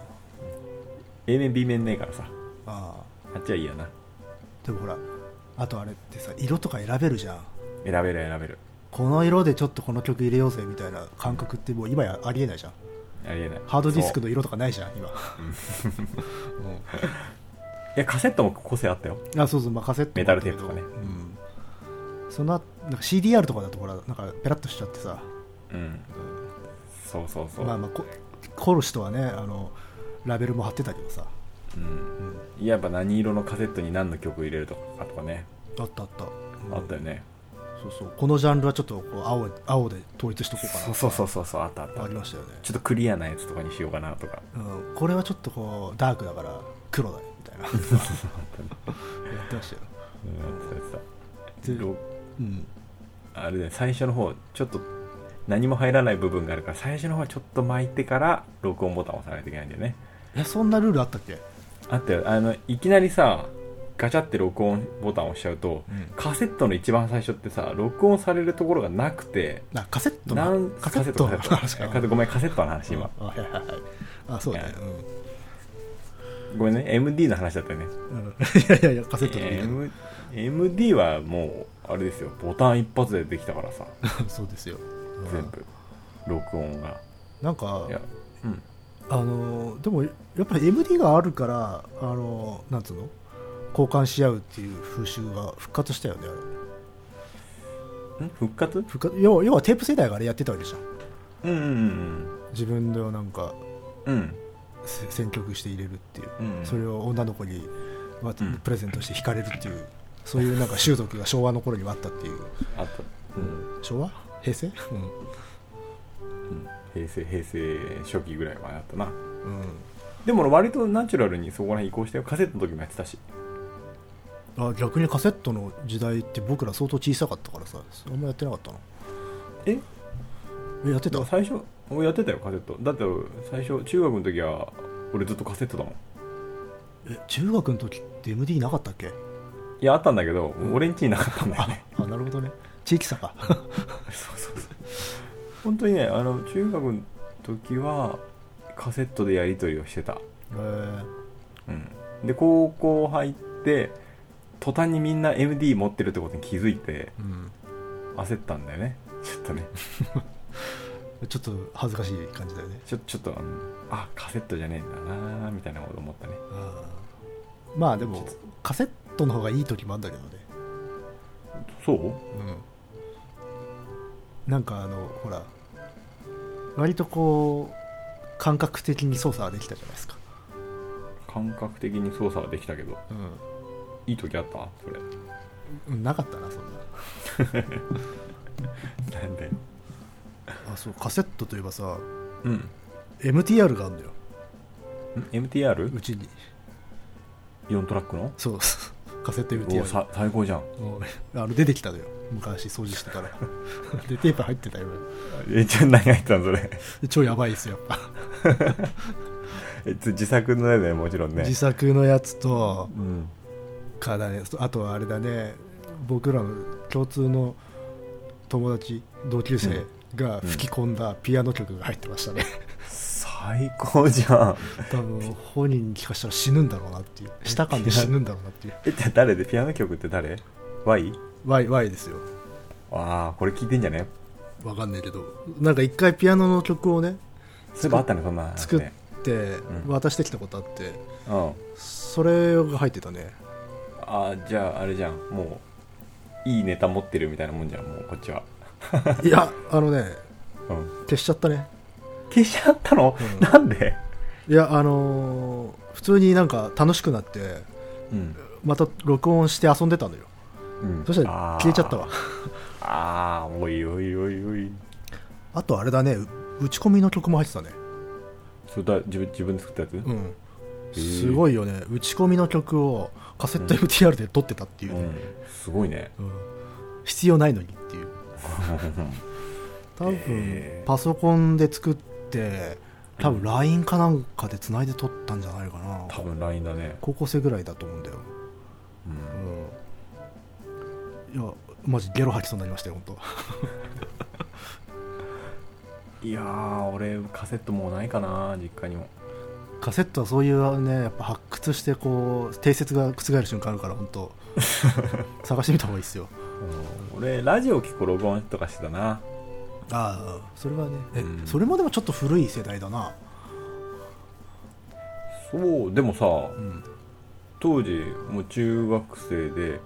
A 面 B 面ねえからさ
ああ
あっちはいいやな
あでもほらあとあれってさ色とか選べるじゃん
選べる選べる
この色でちょっとこの曲入れようぜみたいな感覚ってもう今やありえないじゃん
ありえない
ハードディスク
そう
の色とかないじゃん今うん
いやカセットも個性あったよ
あそうそう、まあ、カセット
メタルテープとかね
うん、その後なんか CDR とかだとほらなんかペラッとしちゃってさ
うんそうそうそう、
まあまあこコルシとはねあのラベルも貼ってたけどさ、
うん、いわば何色のカセットに何の曲入れるとかとかね、
あったあった、うん
あったよね
そうそうこのジャンルはちょっとこう青青で統一しとこうかな
そうそうそうそうそうあったあった
ありましたよね、
ちょっとクリアなやつとかにしようかなと (laughs) か
うん、これはちょっとこうダークだから黒だよ
(laughs)
みたいなやってましたよ、
うんやってたやってた
で
ろ
うん、
あれだよ最初の方ちょっと何も入らない部分があるから最初の方はちょっと巻いてから録音ボタンを押さないといけないんだよね
えそんなルールあったっけ
あったよあのいきなりさガチャって録音ボタンを押しちゃうと、
うん
カセットの一番最初ってさ録音されるところがなくて
なカセット
なん
のカセットの
カセットカ
話
セット
か
カセットごめんカセットの話今、
あはいはいはいあそうだね
ごめんね MD の話だったよね
うん、 (laughs) うん、いやいやいやカセットの、
えー M- MD はもうあれですよボタン一発でできたから (laughs) さ
(laughs) そうですよ、うん
全部録音が
なんか
いやうん
あのーでもやっぱり MD があるからあのーなんつうの交換し合うっていう風習が復活したよねあれ
ん復活
復活要は要はテープ世代があれやってたわけじゃん
うんうんうん
自分でなんか
うんうん
せ選曲して入れるっていう、
うんうん
それを女の子に、ま
うん
プレゼントして弾かれるっていうそういうなんか習俗が昭和の頃にはあったっていう
あった、うん
昭和平成
うん、平成平成初期ぐらいまであったな
うん、
でも俺割とナチュラルにそこら辺移行したよカセットの時もやってたし
うん、あ逆にカセットの時代って僕ら相当小さかったからさあんまやってなかったの
え
えやって
で
た
も最初俺やってたよカセットだって俺最初中学の時は俺ずっとカセットだもん
え中学の時って MD なかったっけ
いやあったんだけど、俺んちになかったんだよね
あなるほどね地域差 (laughs) か
そうそうそう本当にねあの中学の時はカセットでやり取りをしてた、
えー
うん、で高校入って途端にみんな MD 持ってるってことに気づいて
うん、
焦ったんだよねちょっとね
ちょっと恥ずかしい感じだよね
ちょちょっとあのあカセットじゃねえんだなみたいなこと思ったね
うんまあでもカセットの方がいい時もあるんだけどね
そう
なんかあのほら割とこう感覚的に操作はできたじゃないですか、
感覚的に操作はできたけどいい時あったそれ
うん、なかったなそんな
なんで
あそうカセットといえばさ
うん
MTR があるんだよ
MTR4
うちに
トラックの
そう (laughs) カセット
お
MTR
さ最高じゃん
もうねあの出てきたのよ昔掃除して (laughs) たらでテープ入ってたよ
えじゃあ何入ってたのそれ
で (laughs) 超やばいですよ
(laughs)
やっぱ、
えつ自作のやつだよもちろんね
自作のやつと
うん
かだねあとはあれだね僕らの共通の友達同級生が吹き込んだピアノ曲が入ってましたね、
最高じゃん (laughs)
多分本人に聞かせたら死ぬんだろうなっていう舌噛んで死ぬんだろうなっていう
えじゃあ誰でピアノ曲って誰 ?Y?
Y, y ですよ
ああこれ聞いてんじゃね
わかんないけどなんか一回ピアノの曲をね
そういえばあったねそんな話
作っ
ね
て
うん
渡してきたことあって、
うん
それが入ってたね
ああじゃああれじゃんもういいネタ持ってるみたいなもんじゃんもうこっちはい
やあのね
うん
消しちゃったね
消しちゃったの、
うん
なんで
いやあのー普通になんか楽しくなって
うん、
また録音して遊んでたのよ
うん
そしたら消えちゃったわ
ああおいおいおいおい
あとあれだねう打ち込みの曲も入ってたね
それだ自分自分で作ったやつ、
うん
へー
すごいよね打ち込みの曲をカセット MTR で撮ってたってい
う
うね、
んすごいね
うん必要ないのにっていう多分、
えー
パソコンで作って多分 LINE かなんかでつないで撮ったんじゃないかな
多分 LINE だね、
高校生ぐらいだと思うんだよ、
うん、
うん、いやマジゲロ吐きそうになりましたよ本
いやー俺カセットもうないかな実家にも
当 (laughs) カセットはそういうねやっぱ発掘してこう定説が覆る瞬間あるから本
(laughs)
当探してみた方がいいですよ
俺ラジオ結構録音とかしてたな
ああそれはねえ、
うん
それもでもちょっと古い世代だな
そうでもさ
うん、
当時もう中学生で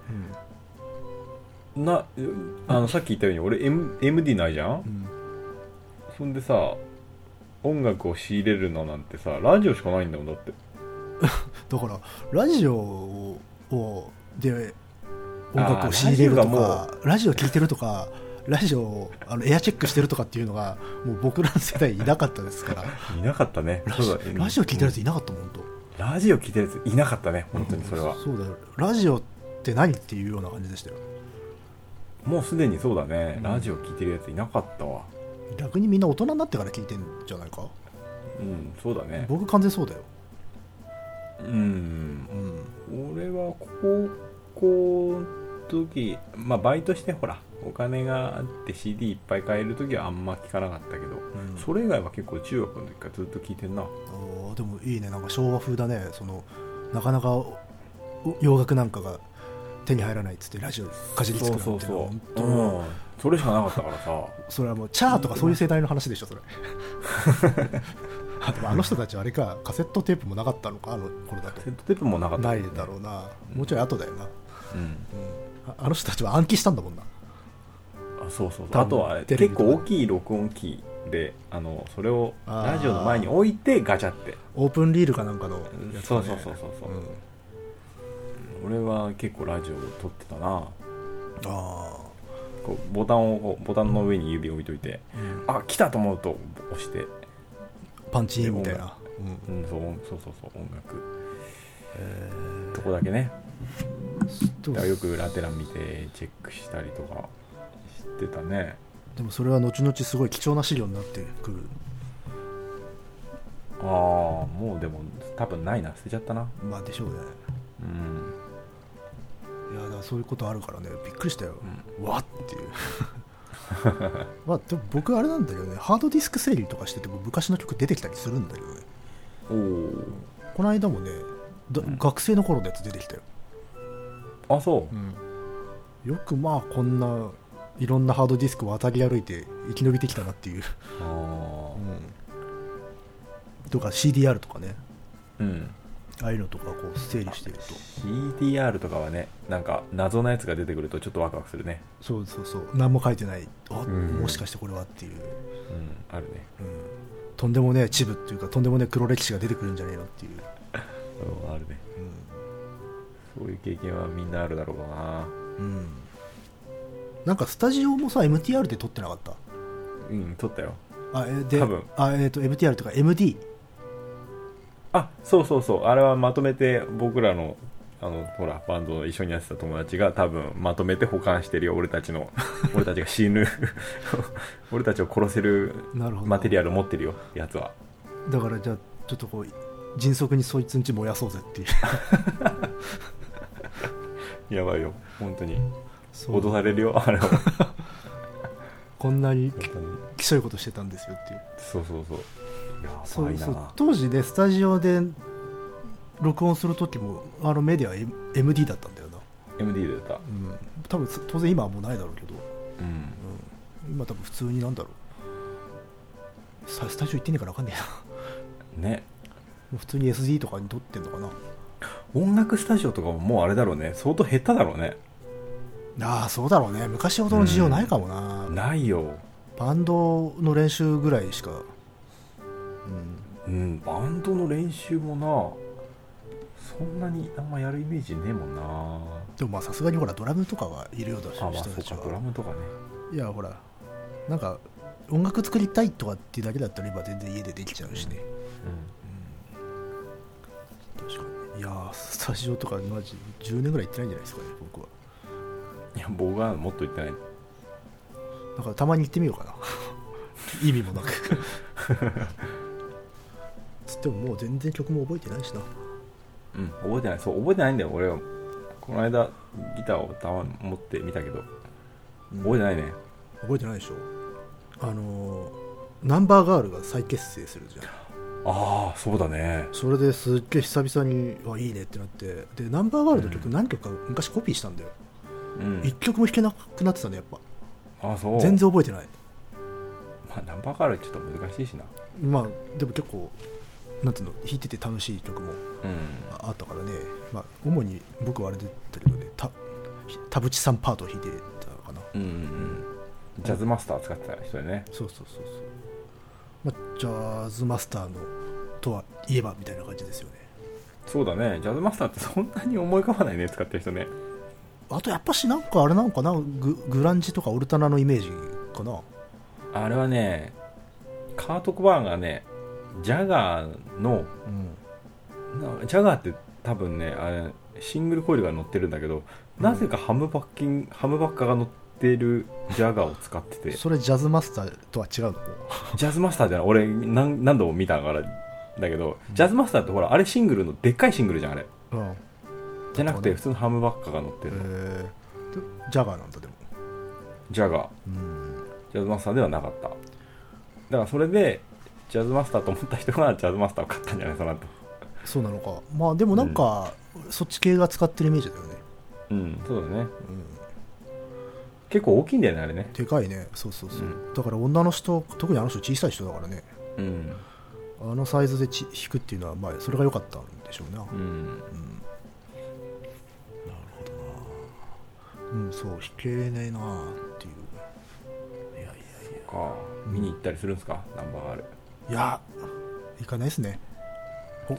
うん
なえあのさっき言ったように俺、M、MD ないじゃん
うん
そんでさ音楽を仕入れるのなんてさラジオしかないんだもんだって
だからラジオをで音楽を仕入れる
あ
と
ーラジオが
かラジオ聴いてるとかラジオをあのエアチェックしてるとかっていうのがもう僕らの世代いなかったですから
いなかったね
ラ
(laughs) そ
ジ
うだね
ラジオ聴いてるやついなかったもんと
ラジオ聞いてるやついなかったね本当にそれは
そうだよラジオって何っていうような感じでしたよ
もうすでにそうだね、
うん
ラジオ聞いてるやついなかったわ
逆にみんな大人になってから聴いてんじゃないか
うんそうだね
僕完全そうだよ、
うん
うん、
俺は高校の時まあバイトしてほらお金があって CD いっぱい買える時はあんま聞かなかったけど、
ん
それ以外は結構中学の時からずっと聞いてんな
あーでもいいねなんか昭和風だねそのなかなかお洋楽なんかが手に入らないっつってラジオかじりつく
そ
な
うん
て
そう
の
そ
は本
う、
当
うん、それしかなかったからさ (laughs)
それはもうチャーとかそういう世代の話でしょそれ (laughs) あでもあの人たちはあれかカセットテープもなかったのかあの頃だ
カ
と
セットテープもなかった
ないだろうなもうちょい後だよな、
うん
ああの人たちは暗記したんだもんな
あそうそうそう
多
あ
分
とはあれ
テレ
結
ビとか
構大きい録音機であのそれを
あー
ラジオの前に置いてガチャって
オープンリールかなんかのやつ
そ
だね
うそうそうそうそう、
うん
俺は結構ラジオを撮ってたな
あ
こうボタンをこうボタンの上に指を置いといて、
あ、う
あ
ん
来たと思うと押して、
パンチインみたいな、うん
うん、そう音そうそうそう音楽
え
とこだけね
ーで
だ
も
からよくラテラン見てチェックしたりとかしてたね
でもそれは後々すごい貴重な資料になってくる
ああもうでも多分ないな捨てちゃったな
まあでしょうね
うん、
いやだからそういうことあるからねびっくりしたよ、
う
わっっていう (laughs) まあでも僕あれなんだけどねハードディスク整理とかしてても昔の曲出てきたりするんだけどね
お
この間もねだ
うん
学生の頃のやつ出てきたよ、
おあそう、
よくまあこんないろんなハードディスクを渡り歩いて生き延びてきたなっていう、
あ
とか CDR とかね
あうん
ああいうのとかこう整理してると
CDR とかはねなんか謎のやつが出てくるとちょっとワクワクするね
そうそうそう何も書いてないあ、
ん
もしかしてこれはっていう、
うんあるね
うんとんでもねえチブっていうかとんでもねえ黒歴史が出てくるんじゃねえのっていう、
うんあるねそういう経験はみんなあるだろうな
うんうん、なんかスタジオもさ MTR で撮ってなかった
うん撮ったよ
あえで
多分
あ、えー、と MTR とか MD
あそうそうそうあれはまとめて僕らのあのほらバンドを一緒にやってた友達が多分まとめて保管してるよ俺たちの (laughs) 俺たちが死ぬ (laughs) 俺たちを殺せる
なるほど
マテリアル持ってるよやつは
だからじゃあちょっとこう迅速にそいつんち燃やそう
(laughs)
ぜっていう
やばいよ本当に
そ
脅
う
されるよあれは本
こんなに
当に
きしょいことしてたんですよっていう
そうそうそうや
そ
ば
う
いな
そう当時ねスタジオで録音する時もあのメディアは M- MD だったんだよな、
MD で歌
うん、多分当然今はもうないだろうけど、
うん
うん、今多分普通になんだろうさスタジオ行ってねえから分かんねえな (laughs)
ね
もう普通に SD とかに撮ってんのかな
音楽スタジオとかももうあれだろうね相当減っただろうね
ああそうだろうね昔ほどの事情ないかもな、
ないよ
バンドの練習ぐらいしか、うん、
うんバンドの練習もなそんなにあんまやるイメージねえもんな
でもまあさすがにほらドラムとかはいるようだし
あまあ
人
そ
た
う
ち
かドラ
は
ムとかね
いやほらなんか音楽作りたいとかっていうだけだったら今全然家でできちゃうしね、確かにいやースタジオとかマジ10年ぐらい行ってないんじゃないですかね僕は
うんいや僕はもっと言ってない
だからたまに行ってみようかな (laughs) 意味もな (laughs) くつってももう全然曲も覚えてないしな
うん覚えてないそう覚えてないんだよ俺はこの間ギターをたまに持ってみたけど覚えてないね
覚えてないでしょあのーナンバーガールが再結成するじゃん
ああそうだね
それですっげえ久々にあいいねってなってでナンバーガールの曲何曲か昔コピーしたんだよ、
うん
一1曲も弾けなくなってたねやっぱ
あそう
全然覚えてない
まあナンバーからちょっと難しいしな
まあでも結構なんていうの弾いてて楽しい曲も
うん
ああったからね、まあ、主に僕はあれだったけどねた田淵さんパートを弾いてたのかな
うんうんうんジャズマスター使ってた人だよね
そうそうそうそう、まあ、ジャズマスターのとは言えばみたいな感じですよね
そうだねジャズマスターってそんなに思い浮かばないね使ってる人ね
あとやっぱしなんかあれなのかなググランジとかオルタナのイメージかな
あれはねカート・コバーンがねジャガーの
うん
なジャガーって多分ねあれシングルコイルが乗ってるんだけど、なぜかハムバッキンハムバッカが乗ってるジャガーを使っててジ
それジャズマスターとは違うの
ャズマスターじゃない俺何何度も見たからだけど、ジャズマスターってほらあれシングルのでっかいシングルじゃんあれ
うん、
じゃなくて普通のハムバッカが乗って
え
るの、
ー、ジャガーなんだでも、
ジャガー
うん、
ジャズマスターではなかっただからそれでジャズマスターと思った人がジャズマスターを買ったんじゃないかなと
そうなのかまあでもなんか、そっち系が使ってるイメージだよね、
うんそうだね結構大きいんだよねあれね
でかいねそうそうそう、
う
だから女の人特にあの人小さい人だからね
うん、
あのサイズでち弾くっていうのはまあそれが良かったんでしょうな、
うん、
うんそう弾けねえなあっていういやいや
か見に行ったりするんですかナンバーガール
いや行かないですね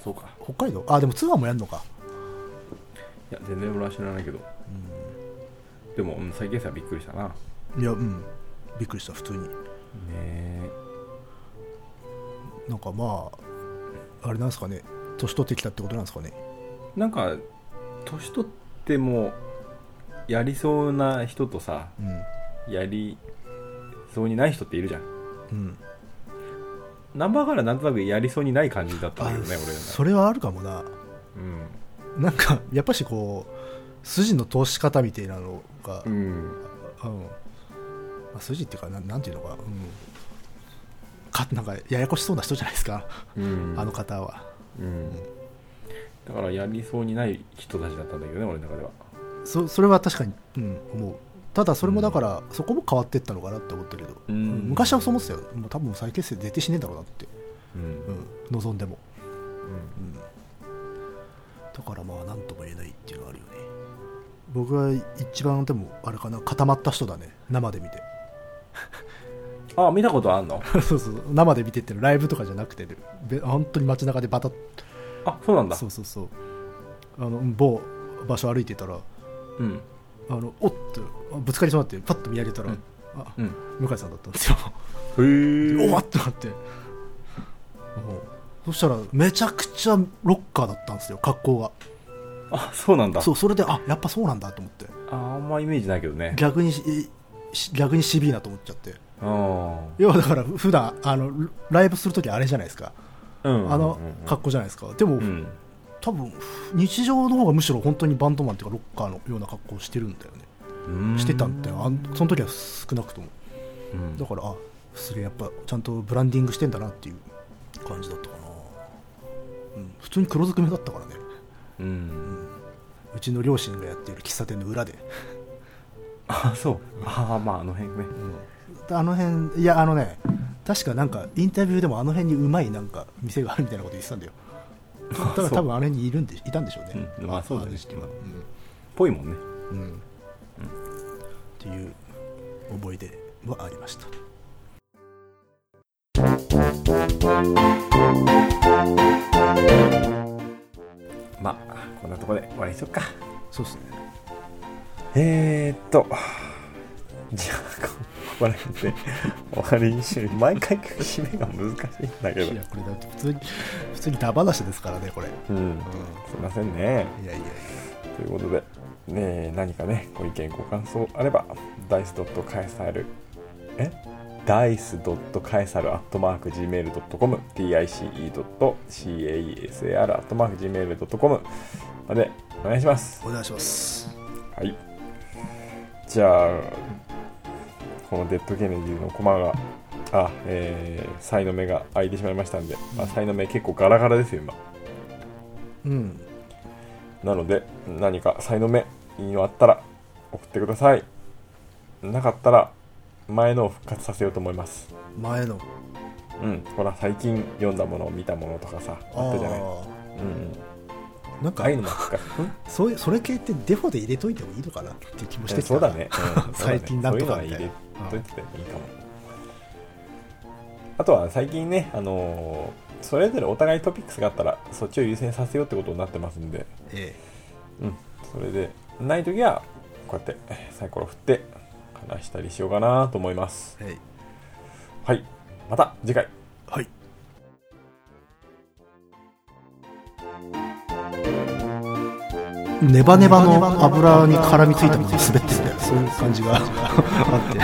そうか
北海道あでもツアーもやるのか
いや全然俺は知らないけどでも、うん、再現さびっくりしたなね
いやうんびっくりした普通に
え
なんかまああれなんですかね年取ってきたってことなんですかね
なんか年取ってもやりそうな人とさ
う
やりそうにない人っているじゃん
んうん
ナンバーガールはなんとなくやりそうにない感じだったんだよね俺ら
それはあるかもな
うん
なんかやっぱしこう筋の通し方みたいなのが、
うん
うんまあ、筋っていうかなんなんていうのか,、うん、かなんかややこしそうな人じゃないですか、
うん
あの方は
うんだからやりそうにない人たちだったんだけどね俺の中では
そそれは確かに、うん、思うただそれもだから、そこも変わってったのかなって思ったけど、
うん
昔はそう思ってたよもう多分再結成絶対しねえんだろうなって、
うん、
うん、望んでも、
うん
うん、だからまあ何とも言えないっていうのはあるよね僕は一番でもあれかな固まった人だね生で見て
あ見たことあんの
そうそう生で見てってるライブとかじゃなくてべ本当に街中でバタッ
あそうなんだ
そうそうそうあの某場所歩いてたら
うん
あのおっとあぶつかりそうになってパッと見上げたら、
うん
あ
うん
向井さんだったんですよ
へ
で (laughs) おわ
え
っとなってもうそしたらめちゃくちゃロッカーだったんですよ格好が
あそうなんだ
そうそれであやっぱそうなんだと思って
ああんまイメージないけどね
逆にしし逆にシビーなと思っちゃって
うん
要はだから普段あのライブするときあれじゃないですか
うん
あの格好じゃないですかでも、
うんうん
多分日常の方がむしろ本当にバンドマンっていうかロッカーのような格好をしてるんだよね
うん
してたんだよあんその時は少なくとも
うん
だからあすげえやっぱちゃんとブランディングしてんだなっていう感じだったかな、うん、普通に黒ずくめだったからね
うん
うちの両親がやっている喫茶店の裏で、
あそうああまああの辺ね
あの辺いやあのね確かなんかインタビューでもあの辺にうまいなんか店があるみたいなこと言ってたん
(laughs)
だよだから
そう
多分あれにいるんでいたんでしょうね、
うんまあそうだね
の人は
ぽいもんね
うん、うんっていう思い出はありました
まあこんなとこで終わりにしよっか
そうですね
えー、っとじゃあここら辺で終わりにしよう毎回締めが難しいんだけ
い
ど
やこれだって普通に (laughs) 普通にダバなしですからねこれ、
うん
う
すいませんね
ん、いやいやいや
ということで、ね、何かねご意見ご感想あれば dice. カエサルえ dice.caesar.gmail.com dice.caesar.gmail.com までお願いします
お願いします
はいじゃあこのデッドケネディのコマがあえー、サイの目が開いてしまいましたんで、まあ、サイの目結構ガラガラですよ今
うん
なので何か才能目いいのあったら送ってくださいなかったら前のを復活させようと思います
前の
うんほら最近読んだもの見たものとかさあったじゃない
あ
うんうん
ーなんか
ああいうのも復活
そういうそれ系ってデフォで入れといてもいいのかなっていう気もしてきた
そうだね、うん
最近なんとかみたいな
そういうのは入れといてもいいかもあとは最近ねあのーそれぞれお互いトピックスがあったらそっちを優先させようってことになってますんで
え
うん、それでない時はこうやって (laughs) サイコロ振って話したりしようかなと思います
えはい
はいまた次回
はいネバネバの油に絡みついたものが滑ってるみたいなそういう感じがあって